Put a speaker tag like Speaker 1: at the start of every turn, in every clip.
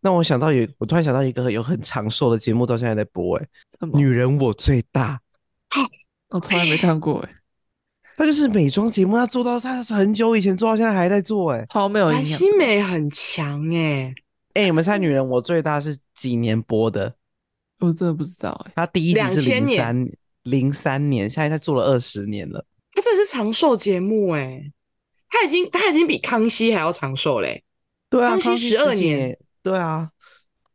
Speaker 1: 那我想到有，我突然想到一个有很长寿的节目，到现在在播、欸，哎，
Speaker 2: 什么
Speaker 1: 女人我最大，
Speaker 2: 我从来没看过哎、
Speaker 1: 它就是美妆节目，它做到它很久以前做到现在还在做、欸，哎
Speaker 2: 超没有
Speaker 3: 白
Speaker 2: 哦营养。
Speaker 3: 西美很强哎、
Speaker 1: 哎，你们猜女人我最大是几年播的？
Speaker 2: 我真的不知道哎、
Speaker 1: 它第一集是
Speaker 3: 2000
Speaker 1: 零
Speaker 3: 年
Speaker 1: 三零三年，现在它做了二十年了。
Speaker 3: 他这是长寿节目哎、他已经他已经比康熙还要长寿嘞、
Speaker 1: 对啊，
Speaker 3: 康熙
Speaker 1: 十
Speaker 3: 12
Speaker 1: 几
Speaker 3: 年，
Speaker 1: 对啊，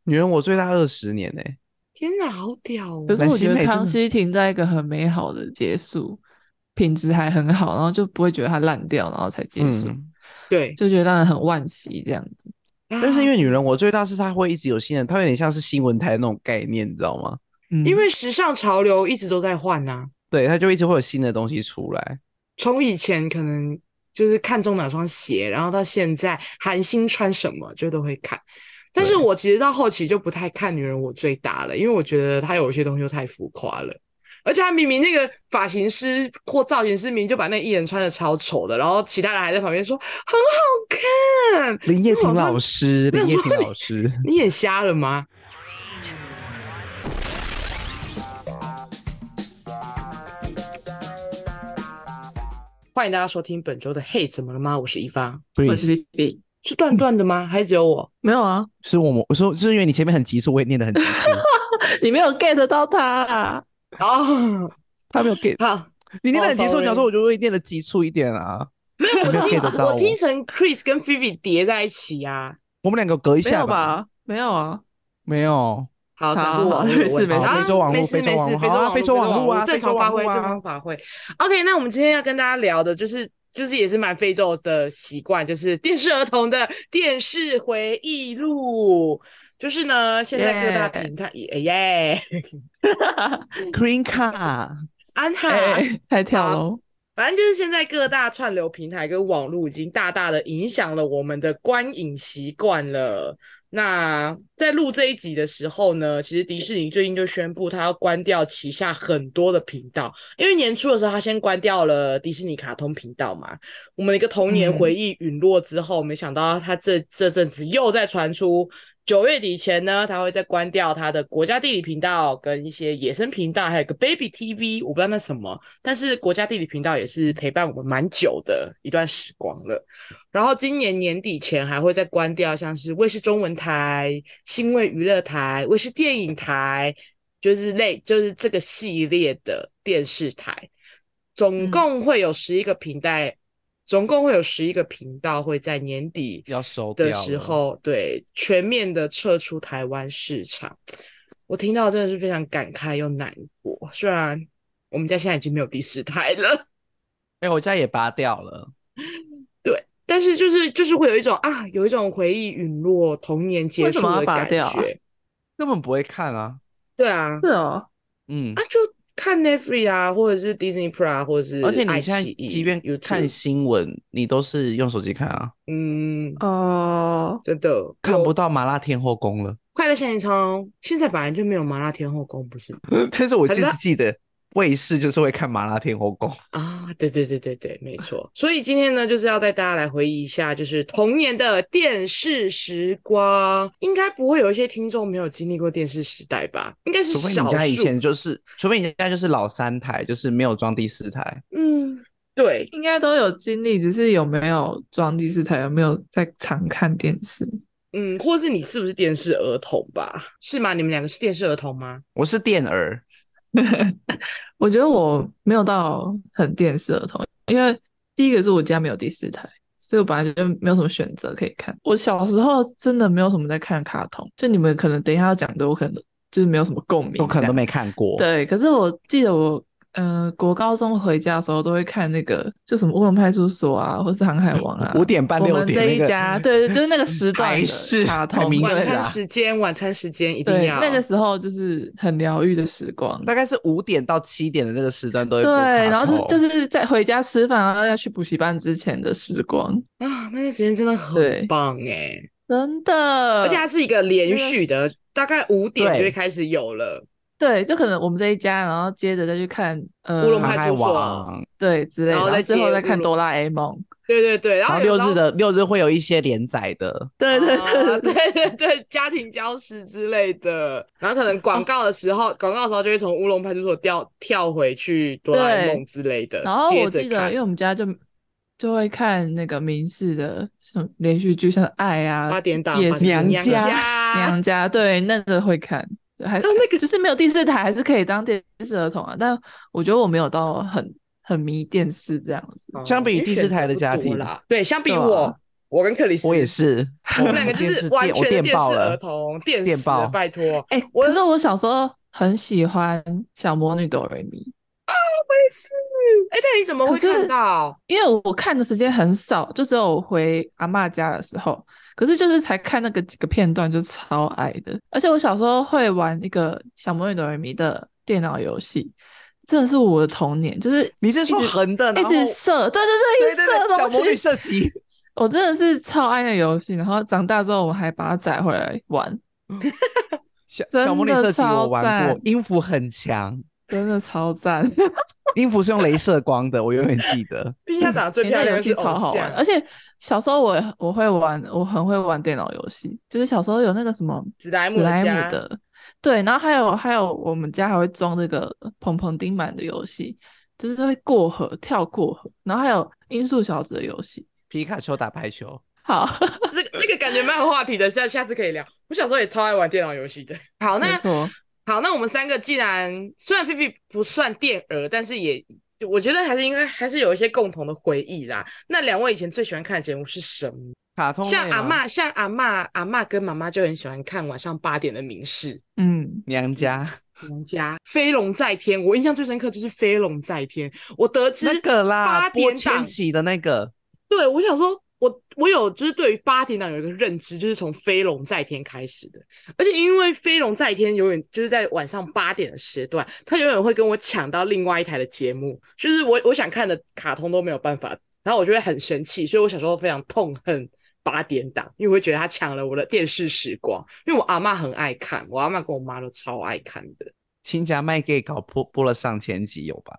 Speaker 1: 女人我最大二十年呢、欸。
Speaker 3: 天哪，好屌哦！
Speaker 2: 可是我觉
Speaker 1: 南希
Speaker 2: 得
Speaker 1: 美真的
Speaker 2: 康熙停在一个很美好的结束，品质还很好，然后就不会觉得它烂掉，然后才结束，
Speaker 1: 嗯
Speaker 3: 对，啊
Speaker 2: 就觉得让人很惋惜这样子。
Speaker 3: 但
Speaker 1: 但是因
Speaker 3: 为
Speaker 1: 为女人我最大是她会一直有新人，她有点像是新闻台那种概念，你知道吗？
Speaker 2: 嗯，
Speaker 3: 因为时尚潮流一直都在换啊呐、
Speaker 1: 对，她就一直会有新的东西出来。
Speaker 3: 从以前可能就是看中哪双鞋，然后到现在韩星穿什么就都会看。但是
Speaker 1: 对
Speaker 3: 我其实到后期就不太看女人我最大了，因为我觉得她有一些东西都太浮夸了，而且她明明那个发型师或造型师明明就把那艺人穿的超丑的，然后其他人还在旁边说很好看，
Speaker 1: 林叶萍老师，
Speaker 3: 那
Speaker 1: 林叶
Speaker 3: 我
Speaker 1: 萍老师，
Speaker 3: 你也瞎了吗？欢迎大家收听本周的《嘿，怎么了吗？》我是一方，
Speaker 2: 我是 B，
Speaker 3: 是断断的吗？还是只有我？
Speaker 2: 没有啊，
Speaker 1: 是我们我说，是因为你前面很急促，我也念得很急 促。
Speaker 2: 你没有 get 到啊它啦。
Speaker 3: 哦，
Speaker 1: 他没有 get，
Speaker 3: 好，
Speaker 1: 你念得很急促，
Speaker 3: sorry
Speaker 1: 你要说我就会念得急促一点啊。
Speaker 3: 没有我
Speaker 1: 没有
Speaker 3: 听
Speaker 1: get 到
Speaker 3: 我
Speaker 1: 我
Speaker 3: 听成 Chris 跟 Vivi 叠在一起啊。
Speaker 1: 我们两个隔一
Speaker 2: 没有
Speaker 1: 下？
Speaker 2: 吧？没有啊，
Speaker 1: 没有，
Speaker 3: 好，可能是
Speaker 2: 好
Speaker 3: 网络
Speaker 2: 没
Speaker 3: 有
Speaker 2: 事
Speaker 3: 问题
Speaker 2: 没事
Speaker 3: 啊
Speaker 1: 非洲网络
Speaker 3: 没事
Speaker 1: 非洲
Speaker 3: 没
Speaker 1: 网
Speaker 3: 事，
Speaker 1: 络
Speaker 3: 非洲
Speaker 1: 好啊非洲网
Speaker 3: 网络，
Speaker 1: 络啊非
Speaker 3: 正常
Speaker 1: 洲
Speaker 3: 发
Speaker 1: 网
Speaker 3: 挥，
Speaker 1: 络啊
Speaker 3: 正常发挥。OK，那我们今天要跟大家聊的就是，就是也是蛮非洲的习惯，就是电视儿童的电视回忆录。就是呢，现在各大
Speaker 2: Yeah
Speaker 3: 平台也耶，
Speaker 1: Green Car，
Speaker 3: 安海，
Speaker 2: 哎， 太跳喽。
Speaker 3: 反正就是现在各大串流平台跟网络已经大大的影响了我们的观影习惯了。那在录这一集的时候呢，其实迪士尼最近就宣布，它要关掉旗下很多的频道，因为年初的时候，它先关掉了迪士尼卡通频道嘛。我们的一个童年回忆陨落之后，没想到它这这阵子又在传出，九月底前呢，它会再关掉它的国家地理频道跟一些野生频道，还有一个 Baby TV，我不知道那什么。但是国家地理频道也是陪伴我们蛮久的一段时光了。然后今年年底前还会再关掉，像是卫视中文台、新卫娱乐台、卫视电影台，就是类就是这个系列的电视台，总
Speaker 2: 嗯
Speaker 3: 共会有十一个频道，总共会有十一个频道会在年底
Speaker 1: 要收
Speaker 3: 的
Speaker 1: 掉
Speaker 3: 时
Speaker 1: 了
Speaker 3: 候，对全面的撤出台湾市场。我听到真的是非常感慨又难过，虽然我们家现在已经没有第四台了，
Speaker 1: 哎，我家也拔掉了。
Speaker 3: 对，但是就是就是会有一种啊，有一种回忆陨落、童年结
Speaker 2: 为什
Speaker 3: 束
Speaker 2: 么要
Speaker 3: 的
Speaker 2: 拔
Speaker 3: 感
Speaker 2: 掉啊
Speaker 3: 觉。
Speaker 1: 根本不会看啊。
Speaker 3: 对啊，
Speaker 2: 是哦，
Speaker 1: 嗯
Speaker 3: 啊，就看 Netflix 啊，或者是 Disney Plus，或者是
Speaker 1: 而且你
Speaker 3: 爱
Speaker 1: 现在
Speaker 3: 奇艺
Speaker 1: 即便看
Speaker 3: YouTube
Speaker 1: 新闻，你都是用手机看啊，
Speaker 3: 嗯，
Speaker 2: 哦，
Speaker 3: 真的
Speaker 1: 看
Speaker 3: 有
Speaker 1: 不到麻辣天后宫了。
Speaker 3: 快乐现场，现在本来就没有麻辣天后宫，不是吗
Speaker 1: 但是我自
Speaker 3: 可是
Speaker 1: 己
Speaker 3: 它
Speaker 1: 记得卫视就是会看麻辣天后宫。
Speaker 3: 啊，对对对对对，没错。所以今天呢，就是要带大家来回忆一下，就是童年的电视时光。应该不会有一些听众没有经历过电视时代吧？应该是
Speaker 1: 除非
Speaker 3: 少
Speaker 1: 你家以
Speaker 3: 数。
Speaker 1: 前就是，除非你家就是老三台，就是没有装第四台。
Speaker 3: 嗯，对，
Speaker 2: 应该都有经历，只是有没有装第四台，有没有在常看电视？
Speaker 3: 嗯，或是你是不是电视儿童吧？是吗？你们两个是电视儿童吗？
Speaker 1: 我是电儿，
Speaker 2: 我觉得我没有到很电视儿童，因为第一个是我家没有第四台，所以我本来就没有什么选择可以看。我小时候真的没有什么在看卡通，就你们可能等一下要讲的，我可能都就是没有什么共鸣，
Speaker 1: 我可能都没。看过。，
Speaker 2: 对，可是我记得我，嗯、国高中回家的时候都会看那个，就什么乌龙派出所啊，或是航海王啊，
Speaker 1: 五点半
Speaker 2: 我
Speaker 1: 六
Speaker 2: 们
Speaker 1: 点
Speaker 2: 这
Speaker 1: 那
Speaker 2: 一
Speaker 1: 个
Speaker 2: 家，对，就是那个时段
Speaker 1: 还
Speaker 2: 的
Speaker 1: 是
Speaker 2: 卡
Speaker 1: 还
Speaker 2: 通，
Speaker 1: 明
Speaker 3: 晚
Speaker 1: 是示
Speaker 3: 餐
Speaker 1: 啊
Speaker 3: 时间，晚餐时间一定
Speaker 2: 对，
Speaker 3: 要。
Speaker 2: 那个时候就是很疗愈的时光。
Speaker 1: 大概是五点到七点的那个时段都会哦
Speaker 2: 对，
Speaker 1: 播卡
Speaker 2: 然后是
Speaker 1: 通
Speaker 2: 就是在回家吃饭，然后要去补习班之前的时光，
Speaker 3: 啊，那段时间真的很
Speaker 2: 对
Speaker 3: 棒哎、
Speaker 2: 真的。
Speaker 3: 而且它是一个
Speaker 2: 嗯
Speaker 3: 连
Speaker 2: 那个
Speaker 3: 续的，大概五点
Speaker 1: 对
Speaker 3: 就会开始有了。
Speaker 2: 对，就可能我们这一家，然后接着再去看呃，
Speaker 3: 乌龙派
Speaker 1: 航海
Speaker 3: 出所
Speaker 1: 王，
Speaker 2: 对之类的，
Speaker 3: 然后
Speaker 2: 然
Speaker 3: 再
Speaker 2: 后最
Speaker 3: 接
Speaker 2: 后再
Speaker 3: 乌
Speaker 2: 看
Speaker 3: 龙
Speaker 2: 哆啦 A 梦，
Speaker 3: 对对对，
Speaker 1: 然
Speaker 3: 然后
Speaker 1: 后
Speaker 3: 有
Speaker 1: 六
Speaker 3: 时候
Speaker 1: 日的六日会有一些连载的，
Speaker 2: 对对对
Speaker 3: 啊对对对，家庭教师之类的。然后可能广告的时
Speaker 2: 哦
Speaker 3: 候，广告的时候就会从乌龙派出所调跳回去哆啦 A
Speaker 2: 对
Speaker 3: 梦之类的。
Speaker 2: 然后我
Speaker 3: 接着
Speaker 2: 记得，
Speaker 3: 看
Speaker 2: 因为我们家就就会看那个民视的什么连续剧，像《爱》啊，
Speaker 3: 八点档，
Speaker 2: 也
Speaker 3: 八
Speaker 2: 是
Speaker 3: 点档
Speaker 1: 娘家
Speaker 3: 家，
Speaker 2: 娘家，对那个会看，对还、
Speaker 3: 哦啊那个
Speaker 2: 就是没有第四台还是可以当电视儿童啊，但我觉得我没有到很很迷电视这样子。
Speaker 3: 哦
Speaker 1: 相比
Speaker 3: 因为
Speaker 1: 第四
Speaker 3: 选择
Speaker 1: 台的
Speaker 3: 不
Speaker 1: 家
Speaker 3: 多
Speaker 1: 庭
Speaker 3: 啦，对，相比
Speaker 2: 对啊
Speaker 3: 我，我跟克里斯，
Speaker 1: 我也，是，
Speaker 3: 我们两个就
Speaker 1: 电
Speaker 3: 是
Speaker 1: 视
Speaker 3: 完
Speaker 1: 电我
Speaker 3: 全电
Speaker 1: 电
Speaker 3: 视
Speaker 1: 爆
Speaker 3: 儿
Speaker 1: 了，
Speaker 3: 童，电
Speaker 1: 电
Speaker 3: 视
Speaker 1: 爆
Speaker 3: 的，拜托。
Speaker 2: 哎、
Speaker 3: 我
Speaker 2: 可是我小时候很喜欢小魔女哆瑞咪，
Speaker 3: 是，哎，但你怎么
Speaker 2: 可
Speaker 3: 会看
Speaker 2: 是
Speaker 3: 到？
Speaker 2: 因为我看的时间很少，就只有我回阿嬷家的时候。可是就是才看那个几个片段，就超爱的。而且我小时候会玩一个小魔女哆瑞咪的电脑游戏，真的是我的童年，就是
Speaker 1: 你是说
Speaker 2: 一直
Speaker 1: 横的，
Speaker 2: 一
Speaker 1: 然后
Speaker 2: 直射，对对对，
Speaker 1: 对
Speaker 2: 一直
Speaker 1: 对
Speaker 2: 射
Speaker 1: 对，小
Speaker 2: 东
Speaker 1: 魔女
Speaker 2: 西。
Speaker 1: 射击，
Speaker 2: 我真的是超爱那游戏，然后长大之后我们还把它载回来玩，
Speaker 1: 小
Speaker 2: 真
Speaker 1: 小魔女
Speaker 2: 的
Speaker 1: 射击我
Speaker 2: 超
Speaker 1: 玩过
Speaker 2: 赞，
Speaker 1: 音符很强，
Speaker 2: 真的超赞。
Speaker 1: 音符是用镭射光的，我永远记得。
Speaker 3: 毕竟她长得最
Speaker 2: 欸
Speaker 3: 漂
Speaker 2: 那
Speaker 3: 亮
Speaker 2: 游
Speaker 3: 的
Speaker 2: 戏
Speaker 3: 是偶
Speaker 2: 超好玩，而
Speaker 3: 像，
Speaker 2: 且小时候我我会玩，我很会玩电脑游戏，就是小时候有那个什么
Speaker 3: 史莱姆
Speaker 2: 史
Speaker 3: 的
Speaker 2: 莱
Speaker 3: 家
Speaker 2: 姆的，对，然后还有还有我们家还会装那个碰碰钉满的游戏，就是会过河跳过河，然后还有音速小子的游戏。
Speaker 1: 皮卡丘打排球，
Speaker 2: 好，
Speaker 3: 这个这个感觉蛮有话题的，下下次可以聊。我小时候也超爱玩电脑游戏的。好，
Speaker 2: 没
Speaker 3: 那
Speaker 2: 错，
Speaker 3: 好，那我们三个既然虽然菲菲不算电儿，但是也我觉得还是应该还是有一些共同的回忆啦。那两位以前最喜欢看的节目是什么？
Speaker 1: 卡通
Speaker 3: 像
Speaker 1: 类
Speaker 3: 阿
Speaker 1: 吗
Speaker 3: 嬷，像阿嬷，阿嬷跟妈妈就很喜欢看晚上八点的民视。
Speaker 2: 嗯，
Speaker 1: 娘家
Speaker 3: 娘家飞龙在天，我印象最深刻就是飞龙在天。我得知
Speaker 1: 那个啦，
Speaker 3: 八
Speaker 1: 播
Speaker 3: 点
Speaker 1: 千
Speaker 3: 档
Speaker 1: 玺的那个，
Speaker 3: 对，我想说，我我有就是对于八点档有一个认知，就是从《飞龙在天》开始的，而且因为《飞龙在天》永远就是在晚上八点的时段，他永远会跟我抢到另外一台的节目，就是我我想看的卡通都没有办法，然后我就会很生气，所以我小时候非常痛恨。八点档，因为我会觉得他抢了我的电视时光。因为我阿嬷很爱看，我阿嬷跟我妈都超爱看的。
Speaker 1: 亲家卖给搞播播了上千集有吧？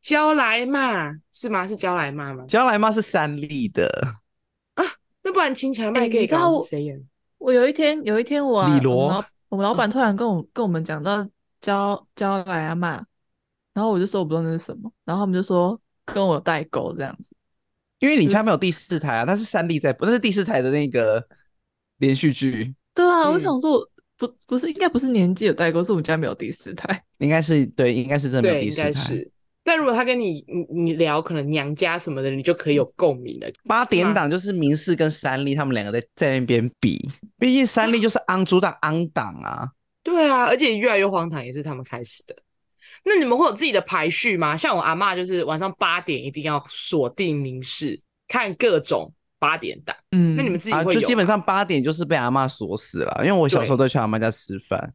Speaker 3: 娇来嘛，是吗？是娇来嘛吗？
Speaker 1: 娇来妈是三立的，
Speaker 3: 那不然亲强麦
Speaker 2: 欸
Speaker 3: 可以
Speaker 2: 你知道
Speaker 3: 搞
Speaker 2: 我
Speaker 3: 是谁演？
Speaker 2: 我有一天有一天我啊、
Speaker 1: 李
Speaker 2: 我
Speaker 1: 罗
Speaker 2: 们老我们老板突然跟我跟我们讲到教教来阿嬷，然后我就说我不知道那是什么，然后他们就说跟我代沟这样子。
Speaker 1: 因为你家没有第四台啊，它是三立在播，那是第四台的那个连续剧，
Speaker 2: 对啊，我
Speaker 3: 嗯
Speaker 2: 想说我不不是应该不是年纪有代沟，是我们家没有第四台。
Speaker 1: 应该是对，应该是真的没有
Speaker 3: 对，
Speaker 1: 第
Speaker 3: 应
Speaker 1: 四
Speaker 3: 该
Speaker 1: 台。
Speaker 3: 是。但如果他跟你你你聊可能娘家什么的，你就可以有共鸣了。
Speaker 1: 八点
Speaker 3: 吗
Speaker 1: 档就是明视跟三立他们两个在在那边比，毕竟三立就是昂主打昂档啊。
Speaker 3: 对啊，而且越来越荒唐也是他们开始的。那你们会有自己的排序吗？像我阿嬷就是晚上八点一定要锁定民视，看各种八点档。
Speaker 2: 嗯，
Speaker 3: 那你们自己
Speaker 1: 啊，
Speaker 3: 会有
Speaker 1: 就基本
Speaker 3: 吗，
Speaker 1: 上八点就是被阿嬷锁死了，因为我小时候都去阿嬷家吃饭。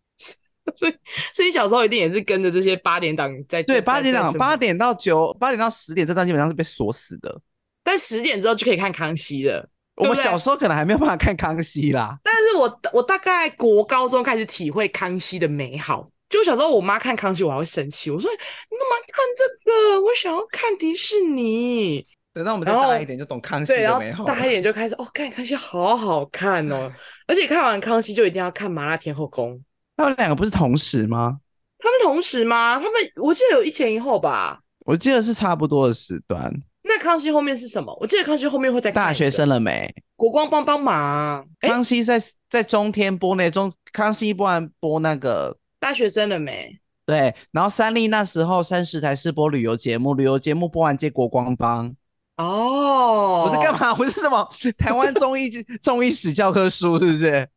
Speaker 3: 所以你小时候一定也是跟着这些八点档在
Speaker 1: 对，
Speaker 3: 在
Speaker 1: 八点
Speaker 3: 在
Speaker 1: 档
Speaker 3: 生活
Speaker 1: 八点到九八点到十点这段基本上是被锁死的。
Speaker 3: 但十点之后就可以看康熙了。
Speaker 1: 我
Speaker 3: 对不
Speaker 1: 们
Speaker 3: 对
Speaker 1: 小时候可能还没有办法看康熙啦，
Speaker 3: 但是我我大概国高中开始体会康熙的美好。就小时候我妈看康熙，我还会生气，我说你干嘛看这个？我想要看迪士尼。
Speaker 1: 等到我们再
Speaker 3: 然后
Speaker 1: 大一点就懂康熙
Speaker 3: 对，然
Speaker 1: 的美好
Speaker 3: 后
Speaker 1: 了。
Speaker 3: 大一点就开始哦，看康熙好好 看哦，而且看完康熙就一定要看麻辣天后宫。
Speaker 1: 他们两个不是同时吗？
Speaker 3: 他们同时吗？他们我记得有一前一后吧。
Speaker 1: 我记得是差不多的时段。
Speaker 3: 那康熙后面是什么？我记得康熙后面会再看
Speaker 1: 大
Speaker 3: 一
Speaker 1: 学
Speaker 3: 个
Speaker 1: 生了没？
Speaker 3: 国光帮帮忙，哎，
Speaker 1: 康熙在在中天播那中，康熙播完播那个
Speaker 3: 大学生了没？
Speaker 1: 对，然后三立那时候三十台是播旅游节目，旅游节目播完接国光帮，
Speaker 3: 哦，
Speaker 1: 我是干？嘛？我 是什么台湾综艺综艺史教科书是不是？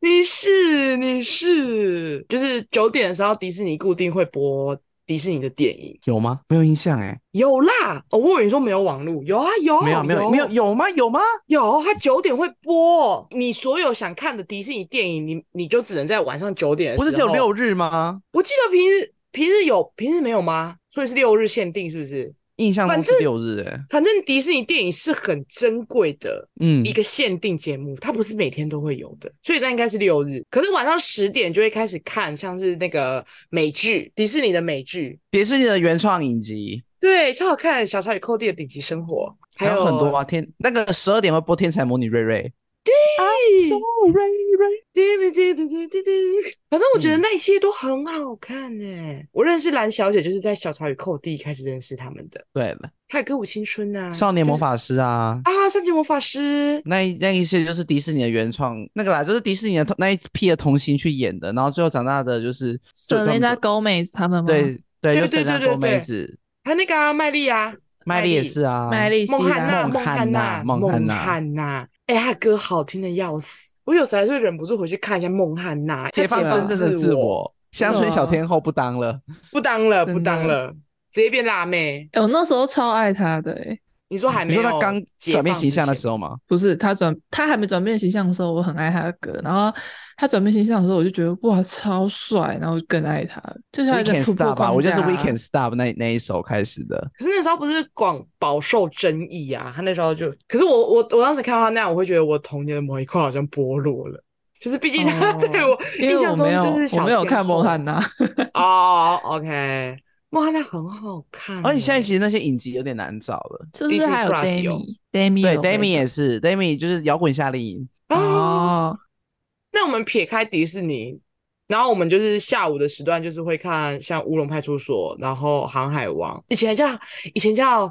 Speaker 3: 你是你是，就是九点的时候，迪士尼固定会播迪士尼的电影。
Speaker 1: 有吗？没有印象哎、
Speaker 3: 有啦，哦，我以为你说没有网络，有啊有，
Speaker 1: 没有没有没有有吗？有吗？
Speaker 3: 有，他九点会播你所有想看的迪士尼电影，你你就只能在晚上九点。
Speaker 1: 不是只有六？日吗？
Speaker 3: 我记得平日平日有，平日没有吗？所以是六日限定，是不是？
Speaker 1: 印象中
Speaker 3: 反
Speaker 1: 是
Speaker 3: 正
Speaker 1: 六日、欸，
Speaker 3: 反正迪士尼电影是很珍贵的
Speaker 1: 嗯
Speaker 3: 一，个限定节目，它不是每天都会有的，所以那应该是六日。可是晚上十点就会开始看，像是那个美剧，迪士尼的美剧，
Speaker 1: 迪士尼的原创影集
Speaker 3: 对，超好看，《小超与寇弟的顶级生活》，
Speaker 1: 还有
Speaker 3: 有
Speaker 1: 很多啊，天那个十二点会播《天才魔女瑞瑞》，so 瑞瑞，
Speaker 3: 滴滴滴滴滴滴滴，反正我觉得
Speaker 1: 嗯
Speaker 3: 那一些都很好看呢、我认识蓝小姐就是在《小草与寇弟》开始认识他们的，
Speaker 1: 对了，
Speaker 3: 还有《歌舞青春》啊，
Speaker 1: 嗯少年魔
Speaker 3: 就是
Speaker 1: 法师啊。
Speaker 3: 啊，少年魔法师，
Speaker 1: 那一那一些就是迪士尼的原创那个啦，就是迪士尼的同那一批的童星去演的，然后最后长大的就是就他们
Speaker 2: Selena Gomez 他们吗？
Speaker 1: 对对，
Speaker 3: 对
Speaker 1: 就
Speaker 3: 对
Speaker 1: 是那
Speaker 3: 对对
Speaker 1: 个妹
Speaker 3: 对
Speaker 1: 子，
Speaker 3: 还有那个、啊、麦莉啊，
Speaker 1: 麦
Speaker 3: 麦
Speaker 1: 莉也
Speaker 3: 莉
Speaker 1: 是啊，
Speaker 2: 麦莉
Speaker 3: 孟
Speaker 2: 希
Speaker 3: 汉娜，
Speaker 2: 拉
Speaker 1: 孟汉
Speaker 3: 娜，
Speaker 1: 娜孟汉
Speaker 3: 汉
Speaker 1: 娜
Speaker 3: 娜，哎、她歌好听的要死，我有时还是会忍不住回去看一下孟汉娜，
Speaker 1: 解
Speaker 3: 她
Speaker 1: 放真正的
Speaker 3: 自
Speaker 1: 自，我，乡村小天后不当了，
Speaker 3: 不当了，不
Speaker 2: 真的
Speaker 3: 当了，直接变辣妹。
Speaker 2: 哎我那时候超爱她的、欸，
Speaker 3: 你说还
Speaker 1: 你
Speaker 3: 没有
Speaker 1: 说她刚
Speaker 3: 解
Speaker 1: 转变
Speaker 3: 放
Speaker 1: 形
Speaker 3: 之
Speaker 1: 象的
Speaker 3: 前
Speaker 1: 时候吗？
Speaker 2: 不是她转她还没转变形象的时候，我很爱她的歌，然后她转变形象的时候，我就觉得哇超帅，然后我就更爱她，就
Speaker 1: w
Speaker 2: 像
Speaker 1: e
Speaker 2: 一
Speaker 1: e k e n
Speaker 2: 个啊突
Speaker 1: d
Speaker 2: 破
Speaker 1: Stop 吧，
Speaker 2: 框
Speaker 1: 我就
Speaker 2: 架
Speaker 1: 是
Speaker 2: 啊。
Speaker 1: Weekend Stop 那那一首开始的，
Speaker 3: 可是那时候不是广饱受争议啊，他那时候就，可是我我我当时看到他那样，我会觉得我童年的某一块好像剥落了，就是毕竟他
Speaker 2: 哦
Speaker 3: 在我
Speaker 2: 因为
Speaker 3: 印
Speaker 2: 我
Speaker 3: 象中
Speaker 2: 没有，
Speaker 3: 就是小
Speaker 2: 我没有看
Speaker 3: 孟
Speaker 2: 孟 汉娜，
Speaker 3: 哦，OK，孟汉娜很好看
Speaker 2: 嗯
Speaker 3: 欸，
Speaker 1: 而且哦现在其实那些影集有点难找了。
Speaker 2: 是不是还有
Speaker 3: Disney Plus 有
Speaker 2: Demi？Demi
Speaker 1: 对
Speaker 2: 有那
Speaker 1: ，Demi
Speaker 2: 个
Speaker 1: 也是，Demi 就是摇滚夏令营，
Speaker 3: 哦。
Speaker 2: 哦，
Speaker 3: 那我们撇开迪士尼，然后我们就是下午的时段，就是会看像《乌龙派出所》，然后《航海王》，以前叫以前叫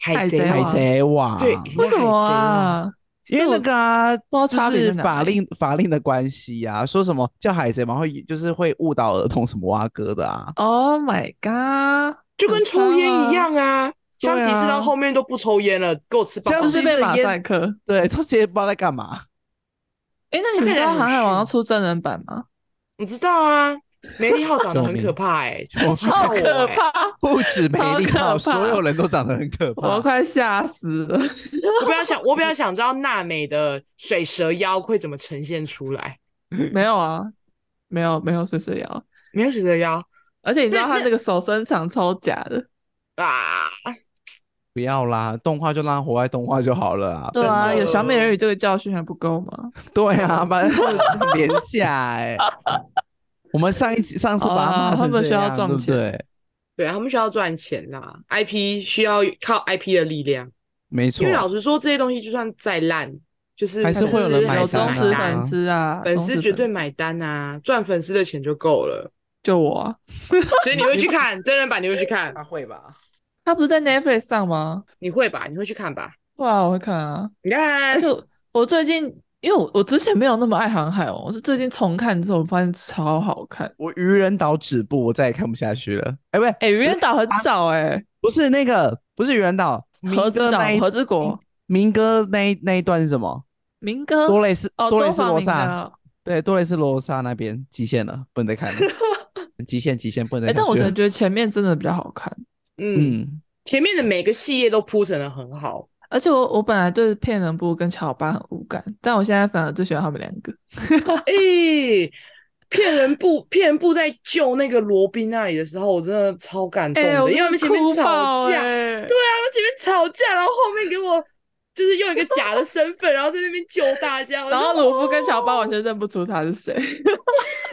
Speaker 3: 海
Speaker 2: 海
Speaker 3: 贼
Speaker 2: 贼
Speaker 1: 海
Speaker 2: 王
Speaker 1: 贼王，
Speaker 3: 对
Speaker 2: 为什么啊？
Speaker 1: 哦因为
Speaker 2: 是我
Speaker 1: 那个啊，
Speaker 2: 不知道
Speaker 1: 就
Speaker 2: 差别在
Speaker 1: 是
Speaker 2: 哪
Speaker 1: 法
Speaker 2: 里
Speaker 1: 令法令的关系啊，说什么叫海贼王会就是会误导儿童什么蛙哥的啊，
Speaker 2: Oh my god！
Speaker 3: 就跟抽烟一样啊。
Speaker 1: 对
Speaker 3: 香
Speaker 1: 啊
Speaker 3: 吉士到后面都不抽烟了，给我吃饱
Speaker 1: 这样
Speaker 2: 很夸张啊，就
Speaker 1: 子
Speaker 2: 是被马赛克。
Speaker 1: 对，都直接不知道在干嘛。
Speaker 2: 哎，那你们
Speaker 3: 看起
Speaker 2: 知
Speaker 3: 来
Speaker 2: 道《
Speaker 3: 很
Speaker 2: 航海王》
Speaker 3: 逊
Speaker 2: 要出真人版吗？
Speaker 3: 你知道啊，梅利号长得很可怕哎、
Speaker 1: 救命
Speaker 3: 欸，
Speaker 2: 好
Speaker 3: 超
Speaker 2: 可！怕！
Speaker 1: 不止美丽号，
Speaker 2: 超可怕
Speaker 1: 所有人都长得很可
Speaker 2: 我
Speaker 1: 怕。
Speaker 2: 快吓死了！
Speaker 3: 我比较想，我比较想知道娜美的水蛇腰会怎么呈现出来。
Speaker 2: 没有啊，没有没有水水摇，
Speaker 3: 没有水蛇腰
Speaker 2: 而且你知道
Speaker 3: 那
Speaker 2: 他那个手伸长超假的。
Speaker 3: 啊，
Speaker 1: 不要啦，动画就让它活在动画就好了啊。
Speaker 2: 对啊，
Speaker 3: 真的
Speaker 2: 有小美人鱼这个教训还不够吗？
Speaker 1: 对啊，反正就是很廉价 哎。我们上一集上次把它骂
Speaker 2: 哦他
Speaker 1: 成
Speaker 2: 们
Speaker 1: 这
Speaker 2: 需要
Speaker 1: 样，对
Speaker 2: 赚
Speaker 1: 不
Speaker 2: 钱
Speaker 1: 对？
Speaker 3: 对他们需要赚钱啦，IP 需要靠 IP 的力量。
Speaker 1: 没错
Speaker 3: 因为，老实说，这些东西就算再烂，就是
Speaker 1: 还是
Speaker 3: 粉
Speaker 1: 会有人
Speaker 3: 丝
Speaker 1: 买
Speaker 2: 有
Speaker 3: 还
Speaker 1: 单
Speaker 3: 是
Speaker 2: 忠
Speaker 1: 啊
Speaker 2: 实
Speaker 3: 买
Speaker 2: 粉丝啊，
Speaker 3: 粉
Speaker 2: 忠
Speaker 3: 丝
Speaker 2: 实
Speaker 3: 绝对买单啊，赚粉丝的钱就够了。
Speaker 2: 就我啊。
Speaker 3: 所以你会去看真人版，你会去看，
Speaker 1: 会吧？
Speaker 2: 他不是在 Netflix 上吗？
Speaker 3: 你会吧？你会去看吧？
Speaker 2: 哇，我会看啊！
Speaker 3: 你看
Speaker 2: 而且我我最近，因为我我之前没有那么爱航海王，我是最近重看之后，我发现超好看。
Speaker 1: 我愚人岛止步，我再也看不下去了。哎，不是，
Speaker 2: 哎、愚人岛很早哎、
Speaker 1: 不是那个，不是愚人岛，明
Speaker 2: 和
Speaker 1: 哥
Speaker 2: 之岛
Speaker 1: 那一、
Speaker 2: 和之国，
Speaker 1: 明哥那一那一段是什么？
Speaker 2: 明哥
Speaker 1: 多蕾斯，
Speaker 2: 哦，
Speaker 1: 多蕾
Speaker 2: 多
Speaker 1: 斯
Speaker 2: 方
Speaker 1: 罗
Speaker 2: 明的
Speaker 1: 萨，
Speaker 2: 啊。
Speaker 1: 对，多蕾斯罗萨那边极限了，不能再看 了，极限极限不能
Speaker 2: 哎、
Speaker 1: 再看
Speaker 2: 但
Speaker 1: 了。
Speaker 2: 我真的觉得前面真的比较好看，
Speaker 3: 嗯，
Speaker 1: 嗯，
Speaker 3: 前面的每个系列都铺陈的很好。
Speaker 2: 而且我我本来对骗人部跟乔巴很无感，但我现在反而最喜欢他们两个。
Speaker 3: 诶，哎骗人部骗人部在救那个罗宾那里的时候，我真的超感动
Speaker 2: 哎、
Speaker 3: 的，
Speaker 2: 我
Speaker 3: 因为他们前面
Speaker 2: 哭
Speaker 3: 吵
Speaker 2: 爆
Speaker 3: 架，
Speaker 2: 哎
Speaker 3: 对啊，他们前面吵架，然后后面给我就是用一个假的身份，然后在那边救大家。我
Speaker 2: 然后
Speaker 3: 就
Speaker 2: 鲁夫跟乔巴完全认不出他是谁。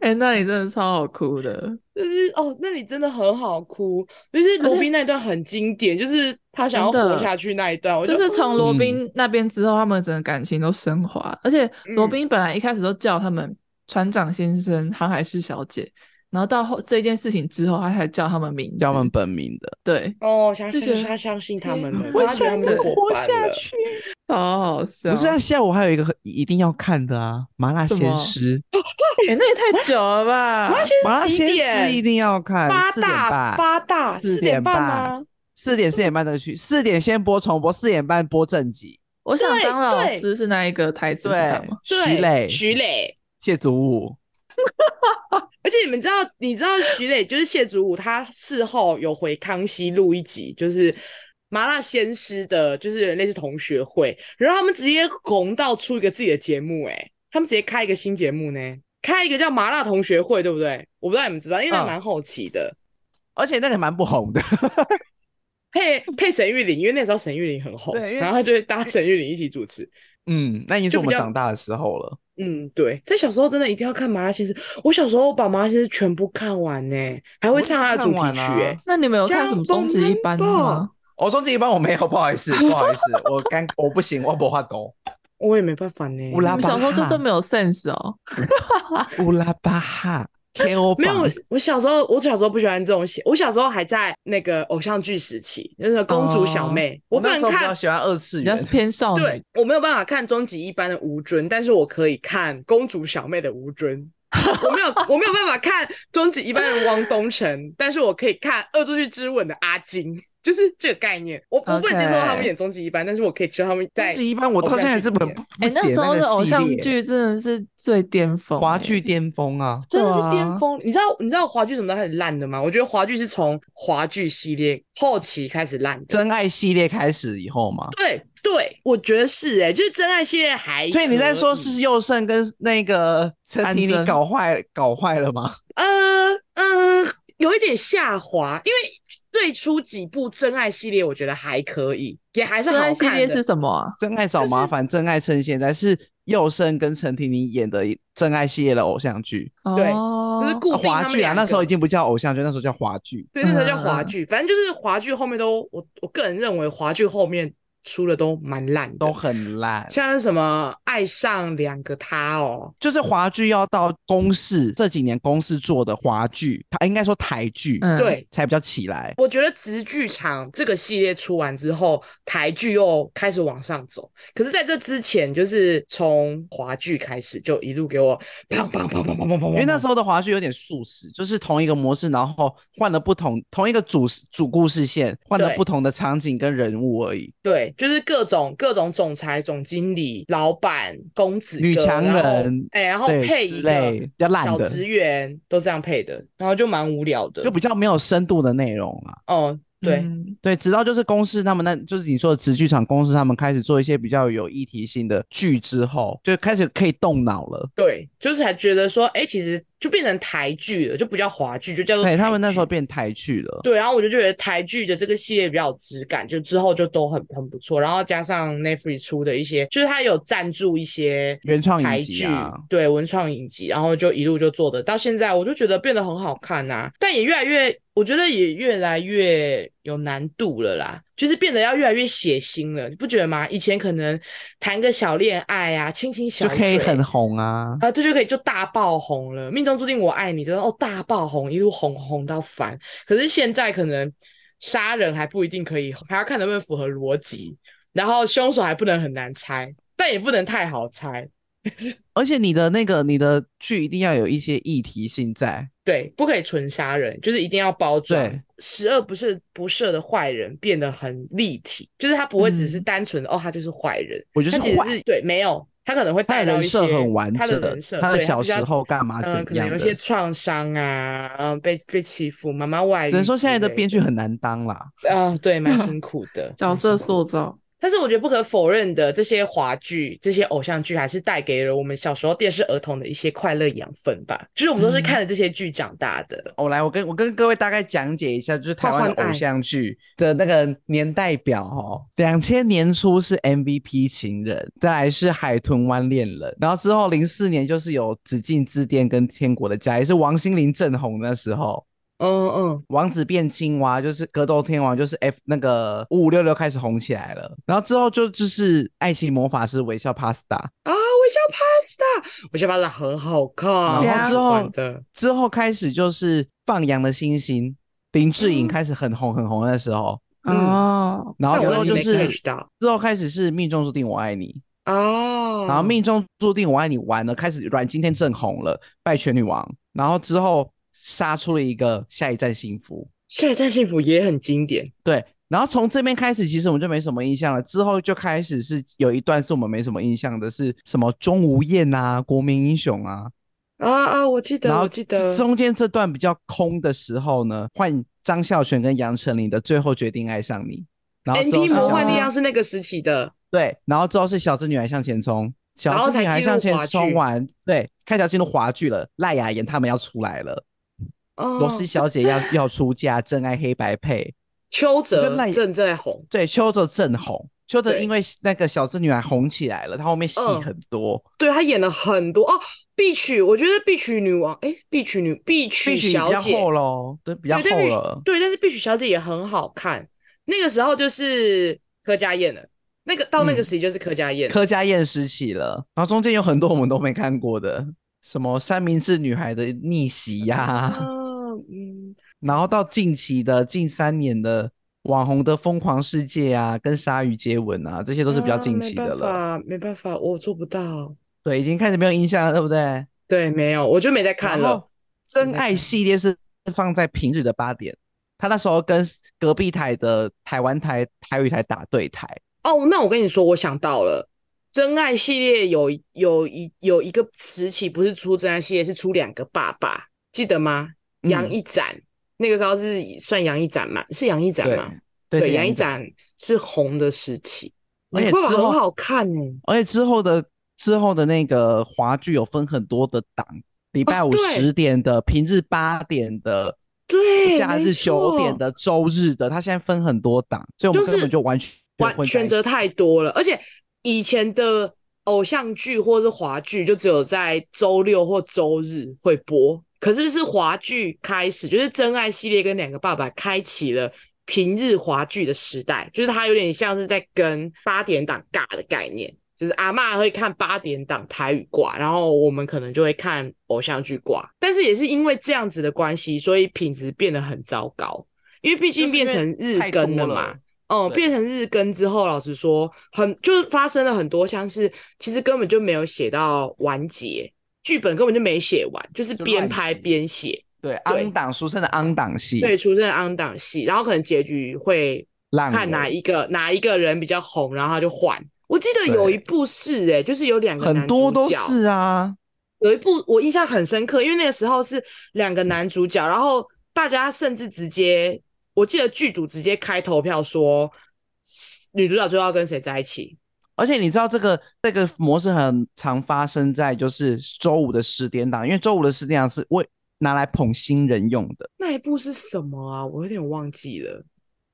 Speaker 2: 哎、那里真的超好哭的。
Speaker 3: 就是哦，那里真的很好哭，就是
Speaker 2: 而
Speaker 3: 罗
Speaker 2: 且
Speaker 3: 宾那一段很经典，就是他想要
Speaker 2: 真的
Speaker 3: 活下去那一段，我
Speaker 2: 就是从罗
Speaker 1: 嗯
Speaker 2: 宾那边之后，他们整个感情都升华，而且罗
Speaker 3: 嗯
Speaker 2: 宾本来一开始都叫他们船长先生、航海士小姐，然后到后这件事情之后，他才叫他们名字。
Speaker 1: 叫他们本名的。
Speaker 2: 对，
Speaker 3: 哦，相
Speaker 2: 就
Speaker 3: 信
Speaker 2: 觉得嗯
Speaker 3: 他相信他们了
Speaker 2: 天，
Speaker 3: 他
Speaker 2: 哪
Speaker 3: 觉得他们是伙伴了。
Speaker 2: 超好笑。
Speaker 1: 不是啊，下午还有一个很一定要看的啊，《麻辣
Speaker 2: 什
Speaker 1: 鲜
Speaker 2: 么
Speaker 1: 师》，
Speaker 2: 哎、那也太久了吧？
Speaker 3: 然后现
Speaker 1: 麻
Speaker 3: 在
Speaker 1: 辣
Speaker 3: 是几
Speaker 1: 鲜
Speaker 3: 点？
Speaker 1: 师一定要看，
Speaker 3: 八
Speaker 1: 四点
Speaker 3: 大
Speaker 1: 半，
Speaker 3: 八大
Speaker 1: 四
Speaker 3: 点
Speaker 1: 点
Speaker 3: 半
Speaker 1: 半
Speaker 3: 啊！
Speaker 1: 四点四点半再去，四点先播重播，四点半播正集。
Speaker 2: 我想
Speaker 3: 对
Speaker 2: 当老
Speaker 3: 对
Speaker 2: 师是那一个台词是他
Speaker 1: 对
Speaker 2: 吗？，
Speaker 1: 徐
Speaker 3: 对
Speaker 1: 磊、
Speaker 3: 徐磊，
Speaker 1: 谢祖武，
Speaker 3: 而且你们知道，你知道徐磊 就是谢祖武，他事后有回康熙录一集，就是麻辣鲜师的，就是类似同学会，然后他们直接红到出一个自己的节目、欸，他们直接开一个新节目呢，开一个叫麻辣同学会，对不对？我不知道你们知不知道，因为那
Speaker 1: 嗯
Speaker 3: 蛮好奇的。
Speaker 1: 而且那个蛮不 红的，
Speaker 3: 配配沈玉琳，因为那时候沈玉琳很红，
Speaker 1: 对因为
Speaker 3: 然后他就会搭沈玉琳一起主持。
Speaker 1: 嗯，那已经是
Speaker 3: 就
Speaker 1: 我
Speaker 3: 比
Speaker 1: 们
Speaker 3: 较
Speaker 1: 长大的时候了。
Speaker 3: 嗯，对，在小时候真的一定要看《麻辣鲜师》，我小时候把《麻辣鲜师》全部看完呢、还会唱他的主题曲、
Speaker 1: 我也是看
Speaker 3: 欸，
Speaker 1: 完啊
Speaker 2: 那你们有看什么终极一班吗？
Speaker 1: 我终极一班我没有，不好意 思，不好意思，我刚我不行，我不画狗。
Speaker 3: 我也没办法呢、
Speaker 1: 乌拉
Speaker 2: 你们小时候就这么有 sense 哦。
Speaker 1: 乌拉巴哈 KO
Speaker 3: 没有，我
Speaker 1: 榜
Speaker 3: 我小时候，我小时候不喜欢这种写。我小时候还在那个偶像剧时期，那个公主小妹，
Speaker 1: 哦我
Speaker 3: 我不
Speaker 1: 那
Speaker 3: 能
Speaker 1: 时候比
Speaker 3: 看
Speaker 1: 较喜欢二次
Speaker 2: 比较
Speaker 1: 元
Speaker 2: 是，偏少女，
Speaker 3: 对，我没有办法看终极一班的吴尊，但是我可以看公主小妹的吴尊。 我没有，我没有办法看终极一班的汪东城，但是我可以看《恶作剧之吻》的阿金，就是这个概念。我我不能接受他们演终极一班，但是我可以接受他们在
Speaker 1: 终极一班我到现在还是很不
Speaker 2: 哎、
Speaker 1: 不
Speaker 2: 那
Speaker 1: 解
Speaker 2: 时候
Speaker 1: 个
Speaker 2: 的偶
Speaker 1: 系
Speaker 2: 像
Speaker 1: 列
Speaker 2: 剧真的是最巅峰、
Speaker 1: 华
Speaker 2: 哎
Speaker 1: 剧巅峰啊，
Speaker 3: 真的是
Speaker 2: 对啊
Speaker 3: 巅峰。你知道你知道华剧什么时候开始烂的吗？我觉得华剧是从华剧系列后期开始烂的。
Speaker 1: 真爱系列开始以后嘛。
Speaker 3: 对对，我觉得是哎、就是真爱系列还可以。
Speaker 1: 所以你在说是佑胜跟那个陈
Speaker 2: 安
Speaker 1: 婷你
Speaker 2: 贞
Speaker 1: 搞坏搞坏了吗？
Speaker 3: 呃呃，有一点下滑，因为最初几部真爱系列我觉得还可以，也还是
Speaker 2: 真爱
Speaker 3: 好
Speaker 2: 系列
Speaker 3: 看
Speaker 2: 是
Speaker 3: 的。
Speaker 2: 什么啊？
Speaker 1: 真爱找
Speaker 3: 就是
Speaker 1: 麻烦，真爱趁现在是佑胜跟陈婷你演的真爱系列的偶像剧，
Speaker 3: 对
Speaker 2: 哦、
Speaker 3: 就是固
Speaker 1: 啊
Speaker 3: 定
Speaker 1: 华
Speaker 3: 他们
Speaker 1: 剧啊，
Speaker 3: 两
Speaker 1: 那时候
Speaker 3: 个
Speaker 1: 已经不叫偶像剧，那时候叫华剧。
Speaker 3: 对，那时候叫华
Speaker 2: 嗯嗯嗯
Speaker 3: 剧，反正就是华剧后面都我我个人认为华剧后面出的都蛮烂的，
Speaker 1: 都很烂，
Speaker 3: 像是什么爱上两个他哦，
Speaker 1: 就是华剧要到公视这几年公视做的华剧，它应该说台剧，
Speaker 2: 嗯
Speaker 3: 对。
Speaker 1: 才比较起来。
Speaker 3: 我觉得直剧场这个系列出完之后，台剧又开始往上走。可是在这之前，就是从华剧开始，就一路给我砰砰砰砰砰砰砰砰，
Speaker 1: 因为那时候的华剧有点速食，就是同一个模式，然后换了不同同一个主主故事线，换了
Speaker 3: 对
Speaker 1: 不同的场景跟人物而已。
Speaker 3: 对，就是各种各种总裁、总经理、老板、公子哥
Speaker 1: 女强人
Speaker 3: 然后哎、然后
Speaker 1: 对
Speaker 3: 配
Speaker 1: 之
Speaker 3: 一
Speaker 1: 类
Speaker 3: 个
Speaker 1: 比较烂
Speaker 3: 小
Speaker 1: 的
Speaker 3: 职员，都这样配的，然后就蛮无聊的。
Speaker 1: 就比较没有深度的内容啊。
Speaker 3: 哦，对，
Speaker 2: 嗯
Speaker 1: 对，直到就是公司他们那，就是你说的直剧场公司他们开始做一些比较有议题性的剧之后，就开始可以动脑了。
Speaker 3: 对，就是才觉得说，哎、其实就变成台剧了，就不叫华剧，就叫做
Speaker 1: 对他
Speaker 3: 台
Speaker 1: 们那
Speaker 3: 剧
Speaker 1: 时候变台剧了，
Speaker 3: 对，然后我就觉得台剧的这个系列比较有质感，就之后就都很很不错。然后加上 Netflix 出的一些，就是它有赞助一些
Speaker 1: 原创
Speaker 3: 台
Speaker 1: 影集
Speaker 3: 剧，
Speaker 1: 啊，
Speaker 3: 对文创影集，然后就一路就做的到现在，我就觉得变得很好看呐、但也越来越，我觉得也越来越有难度了啦，就是变得要越来越血腥了，你不觉得吗？以前可能谈个小恋爱啊，亲亲小
Speaker 1: 就可以
Speaker 3: 嘴
Speaker 1: 很红啊。
Speaker 3: 啊，这就可以就大爆红了，《命中注定我爱你》真的哦大爆红，一路红红到翻。可是现在可能杀人还不一定可以，还要看能不能符合逻辑，然后凶手还不能很难猜，但也不能太好猜，
Speaker 1: 而且你的那个你的剧一定要有一些议题性在，
Speaker 3: 对，不可以纯杀人，就是一定要包
Speaker 1: 对
Speaker 3: 装。十恶不赦不赦的坏人变得很立体，就是他不会只是
Speaker 2: 嗯
Speaker 3: 单纯的、哦，他就是坏人，
Speaker 1: 我就
Speaker 3: 他
Speaker 1: 是
Speaker 3: 其实
Speaker 1: 坏。
Speaker 3: 是对没有。他可能会
Speaker 1: 他
Speaker 3: 带
Speaker 1: 的
Speaker 3: 到
Speaker 1: 人
Speaker 3: 一些
Speaker 1: 设很完
Speaker 3: 他的
Speaker 1: 整，
Speaker 3: 人设，
Speaker 1: 他的呃
Speaker 3: 对
Speaker 1: 小
Speaker 3: 比较
Speaker 1: 时候干嘛怎
Speaker 3: 嗯，可能
Speaker 1: 样
Speaker 3: 有
Speaker 1: 的
Speaker 3: 一，些创伤啊，嗯，被被欺负，妈妈外遇之
Speaker 1: 只
Speaker 3: 类的，
Speaker 1: 能说现在的编剧很难当啦。
Speaker 3: 啊、对，蛮 辛苦的
Speaker 2: 角色塑。造，
Speaker 3: 但是我觉得不可否认的，这些华剧、这些偶像剧还是带给了我们小时候电视儿童的一些快乐养分吧。就是我们都是
Speaker 2: 嗯
Speaker 3: 看着这些剧长大的。
Speaker 1: 我、哦来，我跟我跟各位大概讲解一下，就是台湾
Speaker 3: 换
Speaker 1: 的
Speaker 3: 换
Speaker 1: 偶
Speaker 3: 爱
Speaker 1: 像剧的那个年代表哦。两千年初是 MVP 情人，再来是海豚湾恋人，然后之后零四年就是有《紫禁之巅》跟《天国的家》，也是王心凌正红那时候。
Speaker 3: 嗯嗯，
Speaker 1: 王子变青蛙，就是格斗天王，就是 F 那个五五六六开始红起来了，然后之后就就是爱情魔法师微笑 Pasta，
Speaker 3: 啊，微笑 Pasta，微笑 Pasta 很好看，
Speaker 1: 然后之
Speaker 3: 我喜
Speaker 1: 后
Speaker 3: 欢的，
Speaker 1: 之后开始就是放羊的星星，林志颖
Speaker 3: 嗯
Speaker 1: 开始很红很红的时候，
Speaker 3: 嗯
Speaker 2: 哦，
Speaker 1: 然后
Speaker 3: 但
Speaker 1: 之
Speaker 3: 我
Speaker 1: 后
Speaker 3: 一直
Speaker 1: 就
Speaker 3: 没
Speaker 1: 是
Speaker 3: catch 到
Speaker 1: 之后开始是命中注定我爱你，
Speaker 3: 哦，
Speaker 1: 然后命中注定我爱你完了，开始阮经天正红了，拜权女王，然后之后杀出了一个下一站幸福，
Speaker 3: 下一站幸福也很经典，
Speaker 1: 对，然后从这边开始，其实我们就没什么印象了。之后就开始是有一段是我们没什么印象的，是什么钟无艳啊、国民英雄啊。
Speaker 3: 啊啊，我记
Speaker 1: 然
Speaker 3: 得，
Speaker 1: 后
Speaker 3: 我记得，
Speaker 1: 中间这段比较空的时候呢，换张孝全跟杨丞琳的《最后决定爱上你》，然后
Speaker 3: N
Speaker 1: 之后
Speaker 3: P
Speaker 1: 是小
Speaker 3: 魔幻
Speaker 1: 资
Speaker 3: 力量是那个时期的，
Speaker 1: 对，然后之后是小资女孩向前冲，小
Speaker 3: 然后
Speaker 1: 资
Speaker 3: 才
Speaker 1: 女孩
Speaker 3: 进入
Speaker 1: 向前
Speaker 3: 华剧
Speaker 1: 冲完，对，开始要进入华剧了，赖雅妍他们要出来了。罗斯
Speaker 3: 哦，
Speaker 1: 小姐 要要出嫁，《真爱黑白配》
Speaker 3: 邱
Speaker 1: 跟
Speaker 3: 泽
Speaker 1: 赖
Speaker 3: 正在红，
Speaker 1: 对，邱泽正红，邱泽
Speaker 3: 对
Speaker 1: 因为那个小资女孩红起来了，她后面戏
Speaker 3: 嗯
Speaker 1: 很多，
Speaker 3: 对他演了很多哦。碧曲，我觉得碧曲女王，哎，碧曲女碧曲
Speaker 1: 必须比
Speaker 3: 小
Speaker 1: 较
Speaker 3: 姐，
Speaker 1: 厚喽，对，比较
Speaker 3: 对，但
Speaker 1: 厚
Speaker 3: 碧
Speaker 1: 了。
Speaker 3: 对，但是碧曲小姐也很好看。那个时候就是柯佳燕了，那个到那个
Speaker 1: 嗯
Speaker 3: 时期就是柯佳燕了。
Speaker 1: 柯佳燕时期了，然后中间有很多我们都没看过的，什么三明治女孩的逆袭呀、
Speaker 3: 啊嗯，
Speaker 1: 然后到近期的近三年的网红的疯狂世界啊，跟鲨鱼接吻啊，这些都是比较
Speaker 3: 啊
Speaker 1: 近期的了。
Speaker 3: 没办法，没办法，我做不到。
Speaker 1: 对，已经开始没有印象了，对不对？
Speaker 3: 对，没有，我就没在看
Speaker 1: 然
Speaker 3: 了
Speaker 1: 后。真
Speaker 3: 没在
Speaker 1: 爱
Speaker 3: 看
Speaker 1: 系列是放在平日的八点，他那时候跟隔壁台的台湾台台语台打对台，
Speaker 3: 哦，那我跟你说，我想到了，真爱系列有一有一有一个时期不是出真爱系列，是出两个爸爸，记得吗？杨
Speaker 1: 嗯
Speaker 3: 一展、那个时候是算杨一展嘛？是杨一展
Speaker 1: 对
Speaker 3: 吗？
Speaker 1: 对是
Speaker 3: 杨一
Speaker 1: 一展，
Speaker 3: 展是红的时期，
Speaker 1: 而且
Speaker 3: 你爸爸
Speaker 1: 之后
Speaker 3: 很好看哦呢、
Speaker 1: 而且之后的之后的那个华剧有分很多的档，礼拜五
Speaker 3: 哦对
Speaker 1: 十点的，平日八点的。
Speaker 3: 对，
Speaker 1: 假
Speaker 3: 没
Speaker 1: 日九点
Speaker 3: 错
Speaker 1: 的、周日的，他现在分很多档，所以我们
Speaker 3: 就
Speaker 1: 根
Speaker 3: 是
Speaker 1: 本就完全混在
Speaker 3: 完
Speaker 1: 一
Speaker 3: 选择
Speaker 1: 起
Speaker 3: 太多了，而且以前的偶像剧或是华剧就只有在周六或周日会播，可是是华剧开始，就是《真爱》系列跟《两个爸爸》开启了平日华剧的时代，就是它有点像是在跟八点档尬的概念。就是阿嬷会看八点档台语挂，然后我们可能就会看偶像剧挂，但是也是因为这样子的关系，所以品质变得很糟糕，因为毕
Speaker 1: 就
Speaker 3: 竟
Speaker 1: 是因
Speaker 3: 变
Speaker 1: 为
Speaker 3: 成日
Speaker 1: 太
Speaker 3: 更
Speaker 1: 多
Speaker 3: 了嘛
Speaker 1: 了，
Speaker 3: 哦，
Speaker 1: 对
Speaker 3: 变成日更之后，老实说，很就是发生了很多，像是其实根本就没有写到完结，剧本根本就没写完，就是
Speaker 1: 就
Speaker 3: 边
Speaker 1: 乱
Speaker 3: 拍
Speaker 1: 写
Speaker 3: 边写，
Speaker 1: 对，
Speaker 3: 对
Speaker 1: 昂档俗称的昂档戏，
Speaker 3: 对，出现昂档戏，然后可能结局会
Speaker 1: 烂
Speaker 3: 看哪
Speaker 1: 尾
Speaker 3: 一个哪一个人比较红，然后他就换。我记得有一
Speaker 1: 对
Speaker 3: 部是诶、就是有两个
Speaker 1: 很
Speaker 3: 男
Speaker 1: 多
Speaker 3: 主
Speaker 1: 都
Speaker 3: 角
Speaker 1: 是啊，
Speaker 3: 有一部我印象很深刻，因为那个时候是两个男主角，然后大家甚至直接，我记得剧组直接开投票说女主角最后要跟谁在一起。
Speaker 1: 而且你知道这个这个模式很常发生在就是周五的十点档，因为周五的十点档是为拿来捧新人用的，
Speaker 3: 那一部是什么啊？我有点忘记了，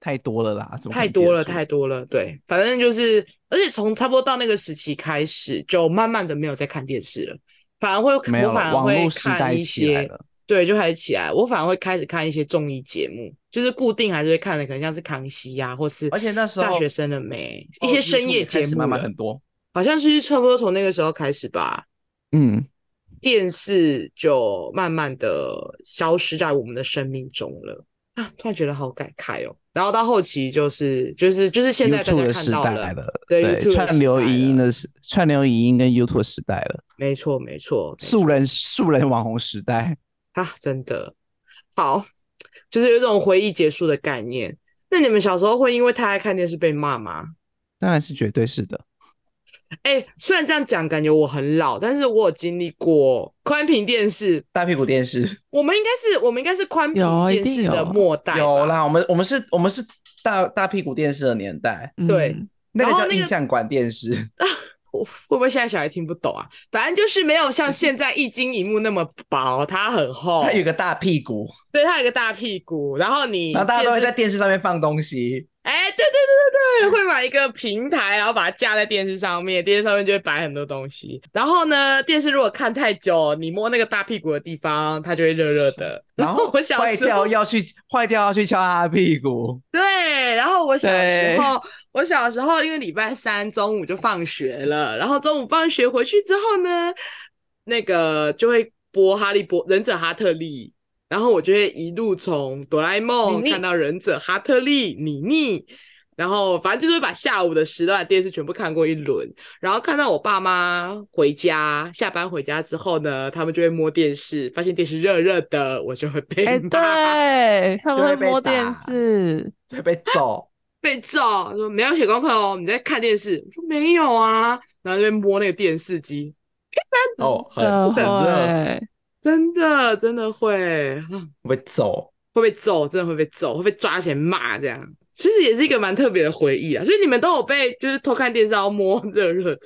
Speaker 1: 太多了啦，怎么可
Speaker 3: 太
Speaker 1: 能记得
Speaker 3: 多了，
Speaker 1: 住
Speaker 3: 太多了。对，反正就是，而且从差不多到那个时期开始，就慢慢的没有在看电视了，反而会
Speaker 1: 没有
Speaker 3: 我反
Speaker 1: 了，
Speaker 3: 而
Speaker 1: 网
Speaker 3: 会
Speaker 1: 络时
Speaker 3: 看
Speaker 1: 代
Speaker 3: 一
Speaker 1: 起来
Speaker 3: 些
Speaker 1: 了，
Speaker 3: 对，就开始起来，我反而会开始看一些综艺节目，就是固定还是会看的，可能像是《康熙》呀，或是
Speaker 1: 而且那时候
Speaker 3: 大学生了没一
Speaker 1: 哦
Speaker 3: 些
Speaker 1: YouTube
Speaker 3: 深夜
Speaker 1: 也开
Speaker 3: 节
Speaker 1: 始
Speaker 3: 目
Speaker 1: 慢慢
Speaker 3: 了
Speaker 1: 很多，
Speaker 3: 好像是差不多从那个时候开始吧，
Speaker 1: 嗯，
Speaker 3: 电视就慢慢的消失在我们的生命中了啊！突然觉得好感慨哦。然后到后期就是就是就是现在大
Speaker 1: YouTube
Speaker 3: 家
Speaker 1: 的
Speaker 3: 看
Speaker 1: 时
Speaker 3: 到
Speaker 1: 代
Speaker 3: 了，
Speaker 1: 了，
Speaker 3: 对 YouTube 的
Speaker 1: 串
Speaker 3: 时
Speaker 1: 流
Speaker 3: 代
Speaker 1: 影音
Speaker 3: 了
Speaker 1: 的时，串流影音跟 YouTube 时代了，
Speaker 3: 没错没错，没
Speaker 1: 素
Speaker 3: 错
Speaker 1: 人素人网红时代，
Speaker 3: 啊，真的好，就是有一种回忆结束的概念。那你们小时候会因为太爱看电视被骂吗？
Speaker 1: 当然是绝对是的。
Speaker 3: 哎、虽然这样讲感觉我很老，但是我有经历过宽屏电视。
Speaker 1: 大屁股电视
Speaker 3: 我们应该是我们应该是宽
Speaker 2: 有
Speaker 3: 屏
Speaker 2: 啊一
Speaker 3: 电
Speaker 2: 定
Speaker 3: 视的
Speaker 2: 有
Speaker 3: 末代吧
Speaker 1: 有啦，我们我们是，我们是大大屁股电视的年代，
Speaker 3: 对
Speaker 2: 嗯
Speaker 1: 那个
Speaker 3: 然后
Speaker 1: 叫
Speaker 3: 那个
Speaker 1: 印象馆电视。
Speaker 3: 我会不会现在小孩听不懂啊？反正就是没有像现在一斤一木那么薄，它很厚
Speaker 1: 它，有个大屁股，
Speaker 3: 对，它有一个大屁股。然后你
Speaker 1: 然后大家都会
Speaker 3: 电视
Speaker 1: 在电视上面放东西。
Speaker 3: 哎，对对对对对，会买一个平台，然后把它架在电视上面，电视上面就会摆很多东西。然后呢，电视如果看太久，你摸那个大屁股的地方，它就会热热的。
Speaker 1: 然后
Speaker 3: 我小
Speaker 1: 坏
Speaker 3: 时
Speaker 1: 掉
Speaker 3: 候
Speaker 1: 要去坏掉要去敲他的屁股，
Speaker 3: 对，然后我小时
Speaker 2: 对
Speaker 3: 候，我小时候因为礼拜三中午就放学了，然后中午放学回去之后呢，那个就会播《哈利波忍者哈特利》，然后我就会一路从哆啦 A 梦
Speaker 2: 妮妮
Speaker 3: 看到忍者哈特利、妮妮，然后反正就是会把下午的时段的电视全部看过一轮，然后看到我爸妈回家，下班回家之后呢，他们就会摸电视，发现电视热热的，我就会被
Speaker 2: 哎、
Speaker 3: 骂。
Speaker 2: 对， 他
Speaker 1: 就
Speaker 2: 们
Speaker 1: 会
Speaker 2: 会
Speaker 1: 被
Speaker 2: 摸电
Speaker 1: 打
Speaker 2: 视，
Speaker 1: 就被 揍。
Speaker 3: 被揍，说没有写功课哦，你在看电视。我说没有啊，然后就摸那个电视机，
Speaker 1: 哦，很
Speaker 3: 呃
Speaker 2: 真
Speaker 1: 很热，
Speaker 2: 的
Speaker 3: 真的真的会 啊
Speaker 1: 被 揍。
Speaker 3: 会被揍，真的会被揍，会被抓起来骂这样。其实也是一个蛮特别的回忆啊，所以你们都有被就是偷看电视然后摸热热的，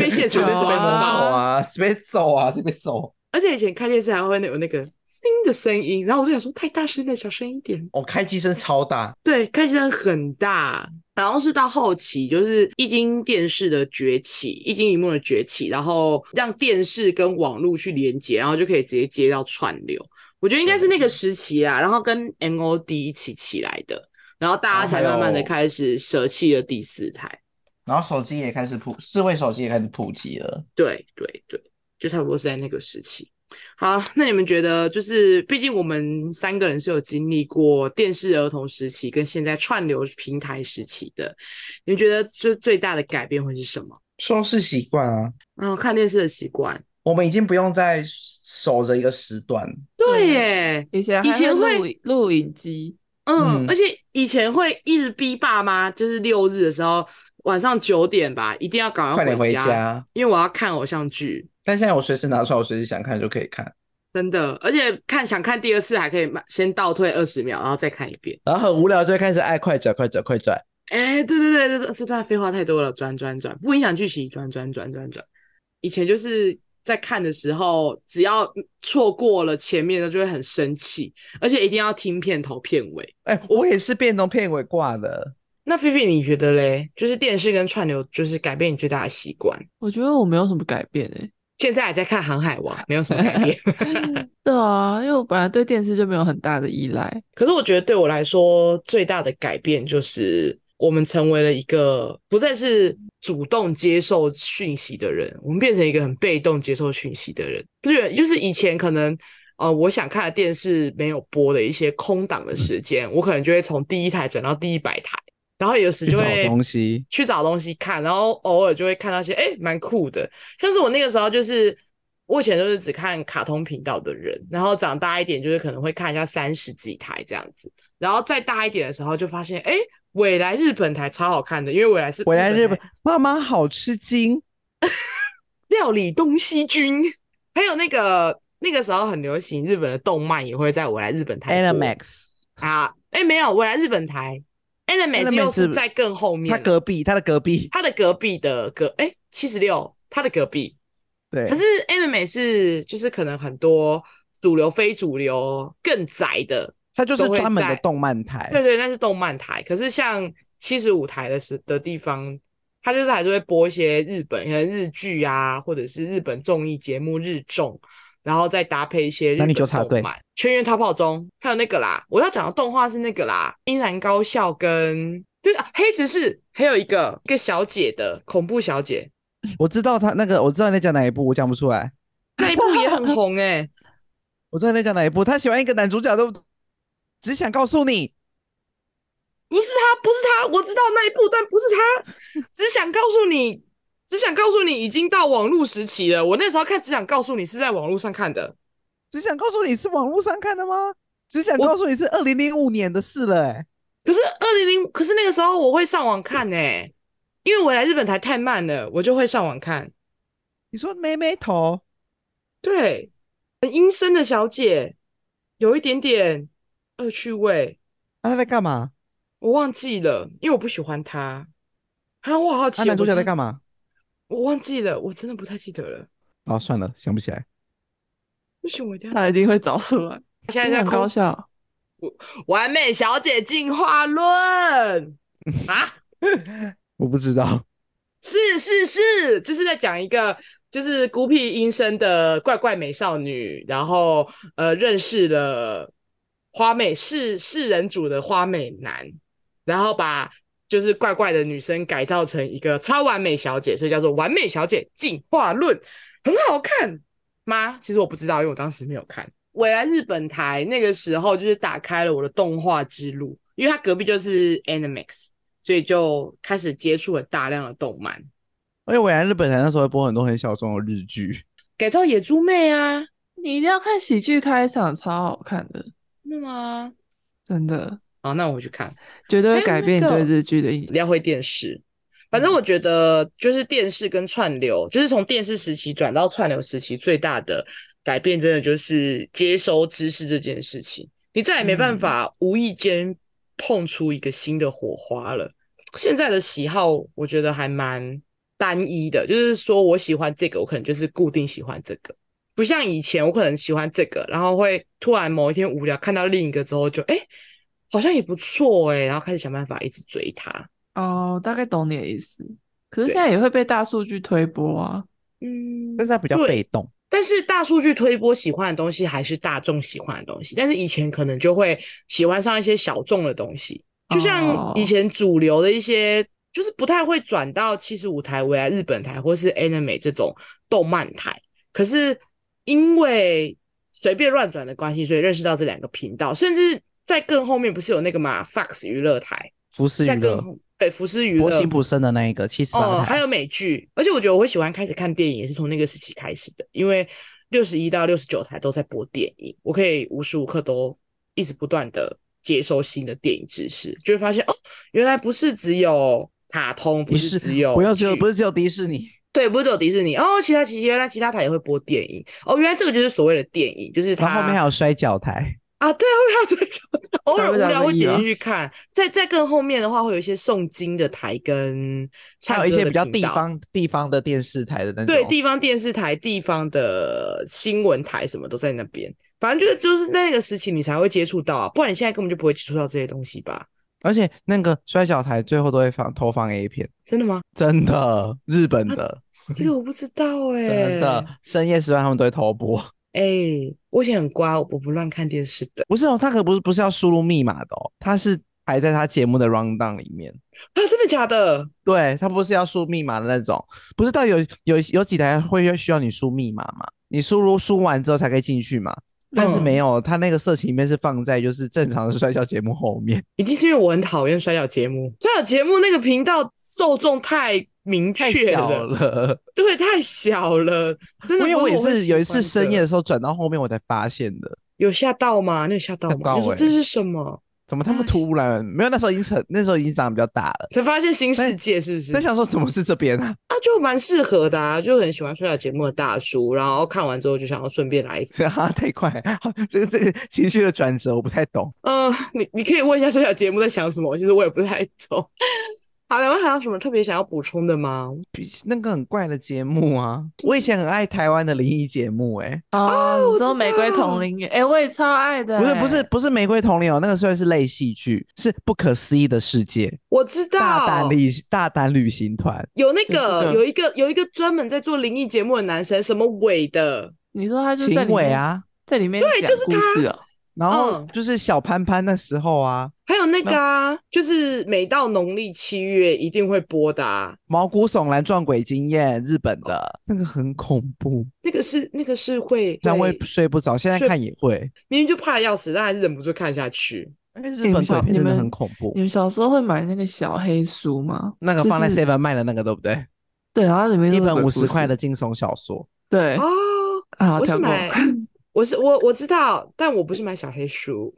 Speaker 3: 被现场
Speaker 1: 绝对是被摸
Speaker 2: 有啊
Speaker 4: 哦
Speaker 1: 到啊，是被揍啊，是被揍。
Speaker 3: 而且以前看电视还会有那个叮的声音，然后我就想说太大声了，小声一点。
Speaker 4: 哦，开机声超大，
Speaker 3: 对，开声很大。然后是到后期，就是液晶电视的崛起，液晶荧幕的崛起，然后让电视跟网络去连接，然后就可以直接接到串流。我觉得应该是那个时期啊，然后跟 MOD 一起起来的，然后大家才慢慢的开始舍弃了第四台。
Speaker 4: 然后手机也开始普，智慧手机也开始普及了。
Speaker 3: 对对对，就差不多是在那个时期。好，那你们觉得，就是毕竟我们三个人是有经历过电视儿童时期跟现在串流平台时期的，你们觉得最最大的改变会是什么？
Speaker 4: 收视习惯啊，
Speaker 3: 然后看电视的习惯。
Speaker 4: 我们已经不用再守着一个时段，啊
Speaker 3: 对耶，
Speaker 2: 以前还
Speaker 3: 以前
Speaker 2: 会录录影机，
Speaker 3: 嗯，
Speaker 4: 嗯
Speaker 3: 而且以前会一直逼爸妈，就是六日的时候晚上九点吧，一定要赶
Speaker 4: 快
Speaker 3: 快
Speaker 4: 点回
Speaker 3: 家，
Speaker 4: 家。
Speaker 3: 因为我要看偶像剧，
Speaker 4: 但现在我随时拿出来，我随时想看就可以看，
Speaker 3: 真的，而且看想看第二次还可以慢先倒退二十秒，然后再看一遍。
Speaker 4: 然后很无聊就会开始爱快转、快转、快转。
Speaker 3: 哎、对对对，这这段废话太多了，转转转，不影响剧情，转转转转转。以前就是在看的时候，只要错过了前面的，就会很生气，而且一定要听片头片尾。
Speaker 4: 哎、我也是变成片尾挂的，
Speaker 3: 那菲菲，你觉得嘞？就是电视跟串流，就是改变你最大的习惯。
Speaker 2: 我觉得我没有什么改变欸诶、
Speaker 3: 现在还在看《航海王》，没有什么改变。
Speaker 2: 对啊，因为我本来对电视就没有很大的依赖。
Speaker 3: 可是我觉得对我来说最大的改变就是，我们成为了一个不再是主动接受讯息的人，我们变成一个很被动接受讯息的人。不是，就是以前可能呃，我想看的电视没有播的一些空档的时间，我可能就会从第一台转到第一百台，然后有时
Speaker 1: 去
Speaker 3: 就
Speaker 1: 找
Speaker 3: 会
Speaker 1: 东西。
Speaker 3: 去找东西看，然后偶尔就会看到一些哎蛮酷的，像是我那个时候就是。我以前都是只看卡通频道的人，然后长大一点就是可能会看一下三十几台这样子，然后再大一点的时候就发现，哎、未来日本台超好看的，因为未来是
Speaker 1: 回来日本
Speaker 3: 台，
Speaker 1: 妈妈好吃惊，
Speaker 3: 料理东西君，还有那个那个时候很流行日本的动漫也会在未来日本台播
Speaker 1: Animax，
Speaker 3: 啊，哎、没有未来日本台 Animax
Speaker 1: Animax
Speaker 3: 又是在更后面
Speaker 1: 他
Speaker 3: 了，
Speaker 1: 隔壁，他的隔壁，
Speaker 3: 他的隔壁的隔哎七十六，他的隔壁，
Speaker 1: 对
Speaker 3: 可，是 anime 是就是可能很多主流、非主流更窄的，
Speaker 1: 他就是
Speaker 3: 都会
Speaker 1: 专门的
Speaker 3: 在
Speaker 1: 动漫台。
Speaker 3: 对对，那是动漫台。可是像七十五台的时的地方，它就是还是会播一些日本可能日剧啊，或者是日本综艺节目日综，然后再搭配一些日
Speaker 1: 男女
Speaker 3: 本
Speaker 1: 纠察队
Speaker 3: 动漫，《全员逃跑中》，还有那个啦，我要讲的动画是那个啦，《樱兰高校》跟就是、啊黑执事，还有一个一个小姐的恐怖小姐
Speaker 1: 我知道他那个，我知道你在讲哪一部，我讲不出来。
Speaker 3: 那一部也很红哎、
Speaker 1: 我知道你在讲哪一部，他喜欢一个男主角，都只想告诉你，
Speaker 3: 不是他，不是他，我知道那一部，但不是他，只想告诉你，只想告诉你，已经到网络时期了。我那时候看，只想告诉你是在网络上看的，
Speaker 1: 只想告诉你是网络上看的吗？只想
Speaker 3: 我
Speaker 1: 告诉你是二零零五年的事了、欸，
Speaker 3: 可是二零零，可是那个时候我会上网看呢、因为我来日本台太慢了，我就会上网看。
Speaker 1: 你说妹妹头，
Speaker 3: 对，很阴森的小姐，有一点点恶趣味，
Speaker 1: 啊、他在干嘛？
Speaker 3: 我忘记了，因为我不喜欢她。啊，我好奇
Speaker 1: 他、男主角在
Speaker 3: 嘛？
Speaker 1: 干嘛？
Speaker 3: 我忘记了，我真的不太记得了。
Speaker 1: 哦，算了，想不起来。
Speaker 3: 不行，我一定要
Speaker 2: 他一定会找出来。
Speaker 3: 现在
Speaker 2: 这
Speaker 3: 在
Speaker 2: 很
Speaker 3: 空
Speaker 2: 高效，
Speaker 3: 完美小姐进化论啊，
Speaker 1: 我不知道，
Speaker 3: 是是是，就是在讲一个就是孤僻阴森的怪怪美少女，然后呃认识了花美世世人组的花美男，然后把就是怪怪的女生改造成一个超完美小姐，所以叫做完美小姐进化论，很好看吗？其实我不知道，因为我当时没有看。未来日本台那个时候就是打开了我的动画之路，因为它隔壁就是 Animax，所以就开始接触了大量的动漫，
Speaker 1: 因为我来日本台那时候会播很多很小众的日剧，
Speaker 3: 改造野猪妹啊，
Speaker 2: 你一定要看喜剧开场，超好看的，
Speaker 3: 那么
Speaker 2: 真的
Speaker 3: 好，那我去看。
Speaker 2: 绝对
Speaker 3: 还
Speaker 2: 会
Speaker 3: 有
Speaker 2: 改
Speaker 3: 那
Speaker 2: 变你对
Speaker 3: 个
Speaker 2: 日剧的印象。
Speaker 3: 聊回电视，反正我觉得就是电视跟串流，就是从电视时期转到串流时期，最大的改变真的就是接收知识这件事情，你再也没办法无意间碰出一个新的火花了。现在的喜好，我觉得还蛮单一的，就是说我喜欢这个，我可能就是固定喜欢这个。不像以前，我可能喜欢这个，然后会突然某一天无聊看到另一个之后就，诶哎，好像也不错哎、然后开始想办法一直追它。
Speaker 2: 哦，大概懂你的意思。可是
Speaker 3: 对
Speaker 2: 现在也会被大数据推波啊。
Speaker 3: 嗯
Speaker 1: 但是它比较
Speaker 3: 对
Speaker 1: 被动。
Speaker 3: 但是大数据推波喜欢的东西还是大众喜欢的东西，但是以前可能就会喜欢上一些小众的东西，就像
Speaker 2: 哦
Speaker 3: 以前主流的一些，就是不太会转到七十五台、未来日本台或是 anime 这种动漫台。可是因为随便乱转的关系，所以认识到这两个频道，甚至在更后面不是有那个嘛 Fox 娱乐台，
Speaker 1: 服饰娱
Speaker 3: 在更
Speaker 1: 乐，
Speaker 3: 后对福斯娱
Speaker 1: 博
Speaker 3: 乐
Speaker 1: 行普生的那一个七十
Speaker 3: 哦，
Speaker 1: 八
Speaker 3: 还有美剧，而且我觉得我会喜欢开始看电影，也是从那个时期开始的，因为六十一到六十九台都在播电影，我可以无时无刻都一直不断的接收新的电影知识，就会发现哦，原来不是只有卡通，不
Speaker 1: 你
Speaker 3: 是
Speaker 1: 是
Speaker 3: 只有
Speaker 1: 不要只有
Speaker 3: 剧
Speaker 1: 不是只有迪士尼，
Speaker 3: 对，不是只有迪士尼哦，其他其原来其他台也会播电影哦，原来这个就是所谓的电影，就是它
Speaker 1: 然后后面还有摔跤台，
Speaker 3: 啊，对啊，会还有这种，偶尔无
Speaker 2: WWE
Speaker 3: 聊会点
Speaker 2: 啊
Speaker 3: 进去看，再再更后面的话，会有一些诵经的台跟
Speaker 1: 还有
Speaker 3: 唱
Speaker 1: 一
Speaker 3: 歌
Speaker 1: 些
Speaker 3: 的
Speaker 1: 比较
Speaker 3: 频
Speaker 1: 地
Speaker 3: 道
Speaker 1: 方地方的电视台的那种。
Speaker 3: 对，地方电视台、地方的新闻台什么都在那边。反正就是就是在那个时期你才会接触到啊，不然你现在根本就不会接触到这些东西吧？
Speaker 1: 而且那个摔跤台最后都会放投放 A 片，
Speaker 3: 真的吗？
Speaker 1: 真的，日本的，
Speaker 3: 这个我不知 道哎、
Speaker 1: 真的，深夜时段他们都会投播。
Speaker 3: 哎、我以前很乖，我不乱看电视的
Speaker 1: 不是哦，他可不是不是要输入密码的哦，他是排在他节目的 round down 里面。
Speaker 3: 啊，真的假的？
Speaker 1: 对，他不是要输密码的那种，不是到有有有几台会需要你输密码嘛？你输入输完之后才可以进去嘛？但是
Speaker 3: 嗯
Speaker 1: 没有，他那个色情里面是放在就是正常的摔跤节目后面。
Speaker 3: 一定是因为我很讨厌摔跤节目，摔跤节目那个频道受众太明
Speaker 1: 太
Speaker 3: 确
Speaker 1: 小
Speaker 3: 了，
Speaker 1: 了，
Speaker 3: 对，太小了，真
Speaker 1: 因
Speaker 3: 的不
Speaker 1: 为我
Speaker 3: 会喜
Speaker 1: 也
Speaker 3: 欢的。
Speaker 1: 是有一次深夜的时候转到后面我才发现的，
Speaker 3: 有吓到吗？你有吓到
Speaker 1: 吓
Speaker 3: 吗？
Speaker 1: 到
Speaker 3: 你说
Speaker 1: 欸
Speaker 3: 这是什么？
Speaker 1: 怎么他们
Speaker 3: 那啊是
Speaker 1: 突然没有？那时候已经成那时候已经长得比较大了，
Speaker 3: 才发现新
Speaker 1: 但
Speaker 3: 世界是不是？
Speaker 1: 但想说怎么是这边啊？
Speaker 3: 啊，就蛮适合的啊，就很喜欢摔跤节目的大叔，然后看完之后就想要顺便来一，
Speaker 1: 啊，太快，这个这个情绪的转折我不太懂。
Speaker 3: 嗯、你你可以问一下摔跤节目在想什么，其实我也不太懂。 好，两位还有什么特别想要补充的吗？
Speaker 1: 比那个很怪的节目啊，我以前很爱台湾的灵异节目、欸，
Speaker 2: 哦，
Speaker 3: 我
Speaker 2: 你说
Speaker 3: 知
Speaker 2: 玫瑰
Speaker 3: 道
Speaker 2: 同龄耶？哎，我也超爱的
Speaker 1: 不是不
Speaker 2: 欸
Speaker 1: 是不是玫瑰童林哦，那个虽然是类戏剧，是不可思议的世界，
Speaker 3: 我知
Speaker 1: 大
Speaker 3: 道
Speaker 1: 胆旅大胆旅行团，
Speaker 3: 有那
Speaker 2: 这
Speaker 3: 个
Speaker 2: 个
Speaker 3: 有一个有一个专门在做灵异节目的男生，什么伟的，
Speaker 2: 你说他就
Speaker 1: 秦
Speaker 2: 在里
Speaker 1: 伟
Speaker 2: 面，
Speaker 1: 啊，
Speaker 2: 在里面
Speaker 3: 对
Speaker 2: 讲
Speaker 3: 就是
Speaker 2: 故
Speaker 3: 他
Speaker 2: 事哦。
Speaker 1: 然后
Speaker 3: 嗯
Speaker 1: 就是小潘潘那时候啊，
Speaker 3: 还有那个啊，就是每到农历七月一定会播的、啊，
Speaker 1: 毛骨悚然撞鬼经验，日本的那个很恐怖，
Speaker 3: 那个是那个是会
Speaker 1: 这样
Speaker 3: 会
Speaker 1: 会睡不着，现在看也会。
Speaker 3: 明明就怕的要死，但还是忍不住看下去。
Speaker 1: 因为哎日
Speaker 2: 你
Speaker 1: 本鬼
Speaker 2: 们小
Speaker 1: 片
Speaker 2: 你
Speaker 1: 真的
Speaker 2: 们
Speaker 1: 很恐怖
Speaker 2: 你，们小时候会买那个小黑书吗？
Speaker 1: 那个
Speaker 2: 就
Speaker 1: 放在
Speaker 2: 是
Speaker 1: Seven 卖的那个对不对？
Speaker 2: 对，然后里面
Speaker 1: 一
Speaker 2: 都是
Speaker 1: 本
Speaker 2: 鬼
Speaker 1: 五
Speaker 2: 故
Speaker 1: 十块
Speaker 2: 事
Speaker 1: 的惊悚小说，
Speaker 2: 对
Speaker 3: 哦，
Speaker 2: 啊，
Speaker 3: 我是
Speaker 2: 跳过
Speaker 3: 买， 我是我我知道，但我不是买小黑书，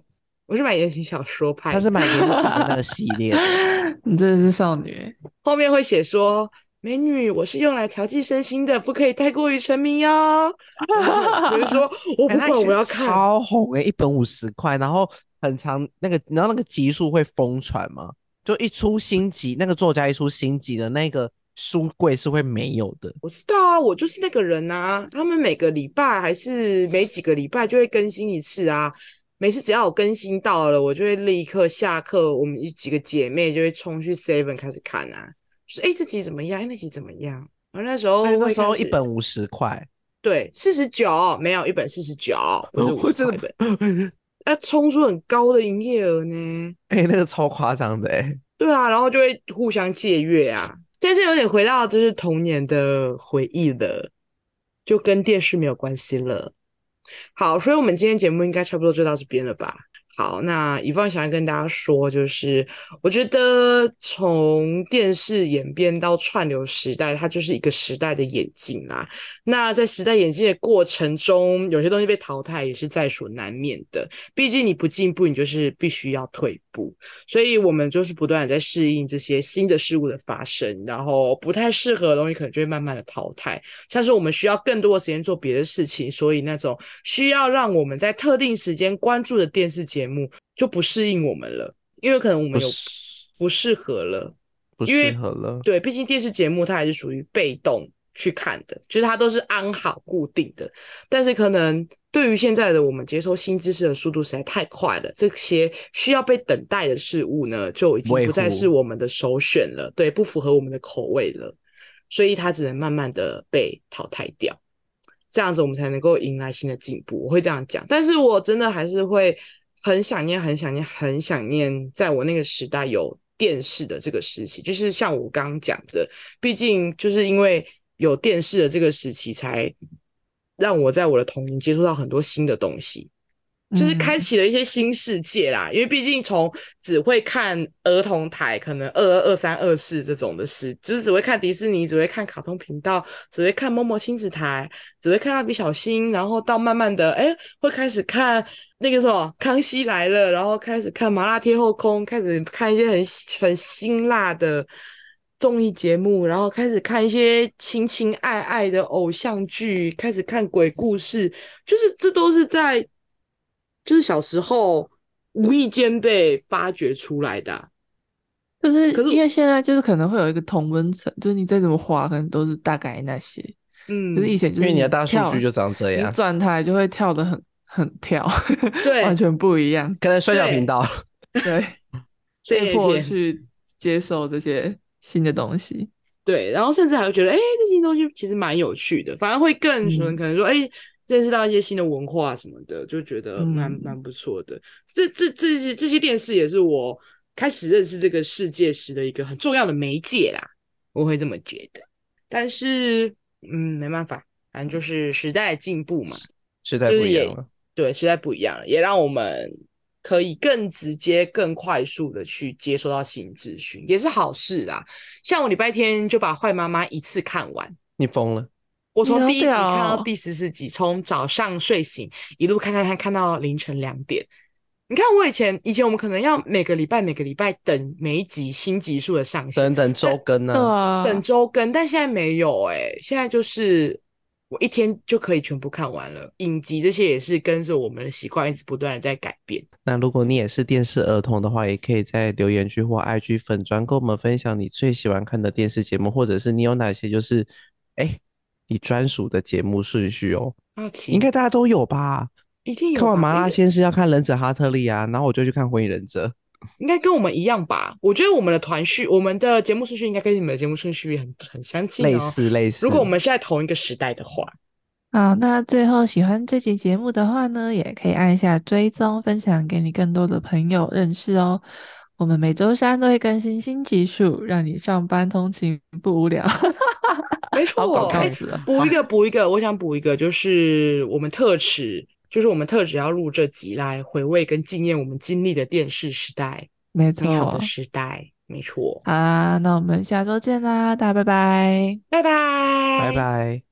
Speaker 3: 我是买言情小说派的。
Speaker 1: 它是买延禧的那个系 列哎的。
Speaker 2: 你真的是少女欸，
Speaker 3: 后面会写说，美女，我是用来调剂身心的，不可以太过于沉迷哦。 然后我就说，我
Speaker 1: 哎
Speaker 3: 不
Speaker 1: 它
Speaker 3: 管，
Speaker 1: 以前
Speaker 3: 我要看。
Speaker 1: 超红诶、一本五十块，然后很长，那个然后那个集数会疯传嘛，就一出新集，那个作家一出新集的那个书柜是会没有的，
Speaker 3: 我知道啊，我就是那个人啊。他们每个礼拜还是每几个礼拜就会更新一次啊。每次只要我更新到了，我就会立刻下课，我们一几个姐妹就会冲去 Seven 开始看啊。就是哎、诶这集怎么样？诶那集怎么样？然后那时候
Speaker 1: 哎所以那
Speaker 3: 会
Speaker 1: 时候
Speaker 3: 开
Speaker 1: 一
Speaker 3: 始
Speaker 1: 本五十块，
Speaker 3: 对，四十九没有一本四十九，不 是
Speaker 1: 我真
Speaker 3: 一
Speaker 1: 的
Speaker 3: 本，那冲出很高的营业额呢。
Speaker 1: 哎、那个超夸张的哎、
Speaker 3: 对啊，然后就会互相借阅啊，但是有点回到就是童年的回忆了，就跟电视没有关系了。好，所以我们今天节目应该差不多就到这边了吧？好，那以放想要跟大家说，就是我觉得从电视演变到串流时代，它就是一个时代的演进啊啦。那在时代演进的过程中，有些东西被淘汰也是在所难免的。毕竟你不进步，你就是必须要退步。所以我们就是不断的在适应这些新的事物的发生，然后不太适合的东西可能就会慢慢的淘汰。像是我们需要更多的时间做别的事情，所以那种需要让我们在特定时间关注的电视节目就不适应我们了，因为可能我们有不适合了。
Speaker 1: 不
Speaker 3: 因为
Speaker 1: 适合了。
Speaker 3: 对，毕竟电视节目它还是属于被动去看的，就是它都是安好固定的。但是可能对于现在的我们接收新知识的速度实在太快了，这些需要被等待的事物呢，就已经
Speaker 1: 微
Speaker 3: 不再
Speaker 1: 乎
Speaker 3: 是我们的首选了，对，不符合我们的口味了，所以它只能慢慢的被淘汰掉。这样子我们才能够迎来新的进步，我会这样讲。但是我真的还是会很想念、很想念、很想念，在我那个时代有电视的这个时期，就是像我刚刚讲的，毕竟就是因为有电视的这个时期，才让我在我的童年接触到很多新的东西。
Speaker 2: 嗯
Speaker 3: 就是开启了一些新世界啦。因为毕竟从只会看儿童台，可能二二二三二四这种的事，就是只会看迪士尼，只会看卡通频道，只会看某某亲子台，只会看蜡笔小新，然后到慢慢的，哎、会开始看那个什么《康熙来了》，然后开始看《麻辣天后宫》，开始看一些很很辛辣的。综艺节目，然后开始看一些情情爱爱的偶像剧，开始看鬼故事，就是这都是在就是小时候无意间被发掘出来的啊、
Speaker 2: 就是
Speaker 3: 可是
Speaker 2: 因为现在就是可能会有一个同温层，就是你再怎么划，可能都是大概那些。
Speaker 3: 嗯
Speaker 2: 可是以前就
Speaker 1: 因
Speaker 2: 是
Speaker 1: 为你的大数
Speaker 2: 跳
Speaker 1: 据就长这
Speaker 2: 你
Speaker 1: 样，
Speaker 2: 转台就会跳的很很跳，
Speaker 3: 对
Speaker 2: 完全不一样。
Speaker 1: 可能摔角
Speaker 3: 对
Speaker 1: 频道。
Speaker 2: 对，
Speaker 3: 这
Speaker 2: 被
Speaker 3: 一
Speaker 2: 迫
Speaker 3: 片
Speaker 2: 去接受这些新的东西。
Speaker 3: 对，然后甚至还会觉得，哎、这些东西其实蛮有趣的，反而会更可能
Speaker 2: 嗯
Speaker 3: 可能说，哎、认识到一些新的文化什么的，就觉得蛮
Speaker 2: 嗯
Speaker 3: 蛮不错的。这这这些这些电视也是我开始认识这个世界时的一个很重要的媒介啦，我会这么觉得。但是，嗯，没办法，反正就是时代进步嘛，
Speaker 1: 时代不
Speaker 3: 就是
Speaker 1: 一
Speaker 3: 也
Speaker 1: 样了。
Speaker 3: 对，时代不一样了，也让我们可以更直接、更快速的去接收到新资讯，也是好事啦。像我礼拜天就把《坏妈妈》一次看完，
Speaker 1: 你疯了，
Speaker 3: 我从
Speaker 2: 了
Speaker 3: 第一集看到
Speaker 2: 了
Speaker 3: 第十四集，从早上睡醒一路看看看看到凌晨两点。你看，我以前以前我们可能要每个礼拜每个礼拜等每一集新集数的上线，
Speaker 1: 等 等周更
Speaker 2: 对
Speaker 3: 嗯
Speaker 1: 呢？
Speaker 2: 啊，
Speaker 3: 等周更，但现在没有哎、现在就是我一天就可以全部看完了。影集这些也是跟着我们的习惯一直不断的在改变。
Speaker 1: 那如果你也是电视儿童的话，也可以在留言区或 IG 粉专跟我们分享你最喜欢看的电视节目，或者是你有哪些就是哎、你专属的节目顺序哦。
Speaker 3: 好奇
Speaker 1: 应该大家都有吧？
Speaker 3: 一嗯定有
Speaker 1: 看完《
Speaker 3: 吧
Speaker 1: 麻辣
Speaker 3: 应该
Speaker 1: 鲜师》要看《忍者哈特利》啊，然后我就去看《火影忍者》。
Speaker 3: 应该跟我们一样吧？我觉得我们的团序，我们的节目顺序应该跟你们的节目顺序很很相近、哦，
Speaker 1: 类。似类似。
Speaker 3: 如果我们现在同一个时代的话，
Speaker 2: 好，那最后喜欢这期节目的话呢，也可以按下追踪，分享给你更多的朋友认识哦。我们每周三都会更新新集数，让你上班通勤不无聊。
Speaker 3: 没
Speaker 2: 好
Speaker 3: 错
Speaker 2: 广，告
Speaker 3: 哎
Speaker 2: 词啊！
Speaker 3: 补一个，补一个，我想补一个，就是我们特指，就是我们特指要录这集来回味跟纪念我们经历的电视时代，
Speaker 2: 没
Speaker 3: 美好
Speaker 2: 错
Speaker 1: 哦
Speaker 3: 的。时代，没错。
Speaker 2: 好啦，那我们下周见啦，大家拜拜。
Speaker 3: 拜拜，
Speaker 1: 拜拜。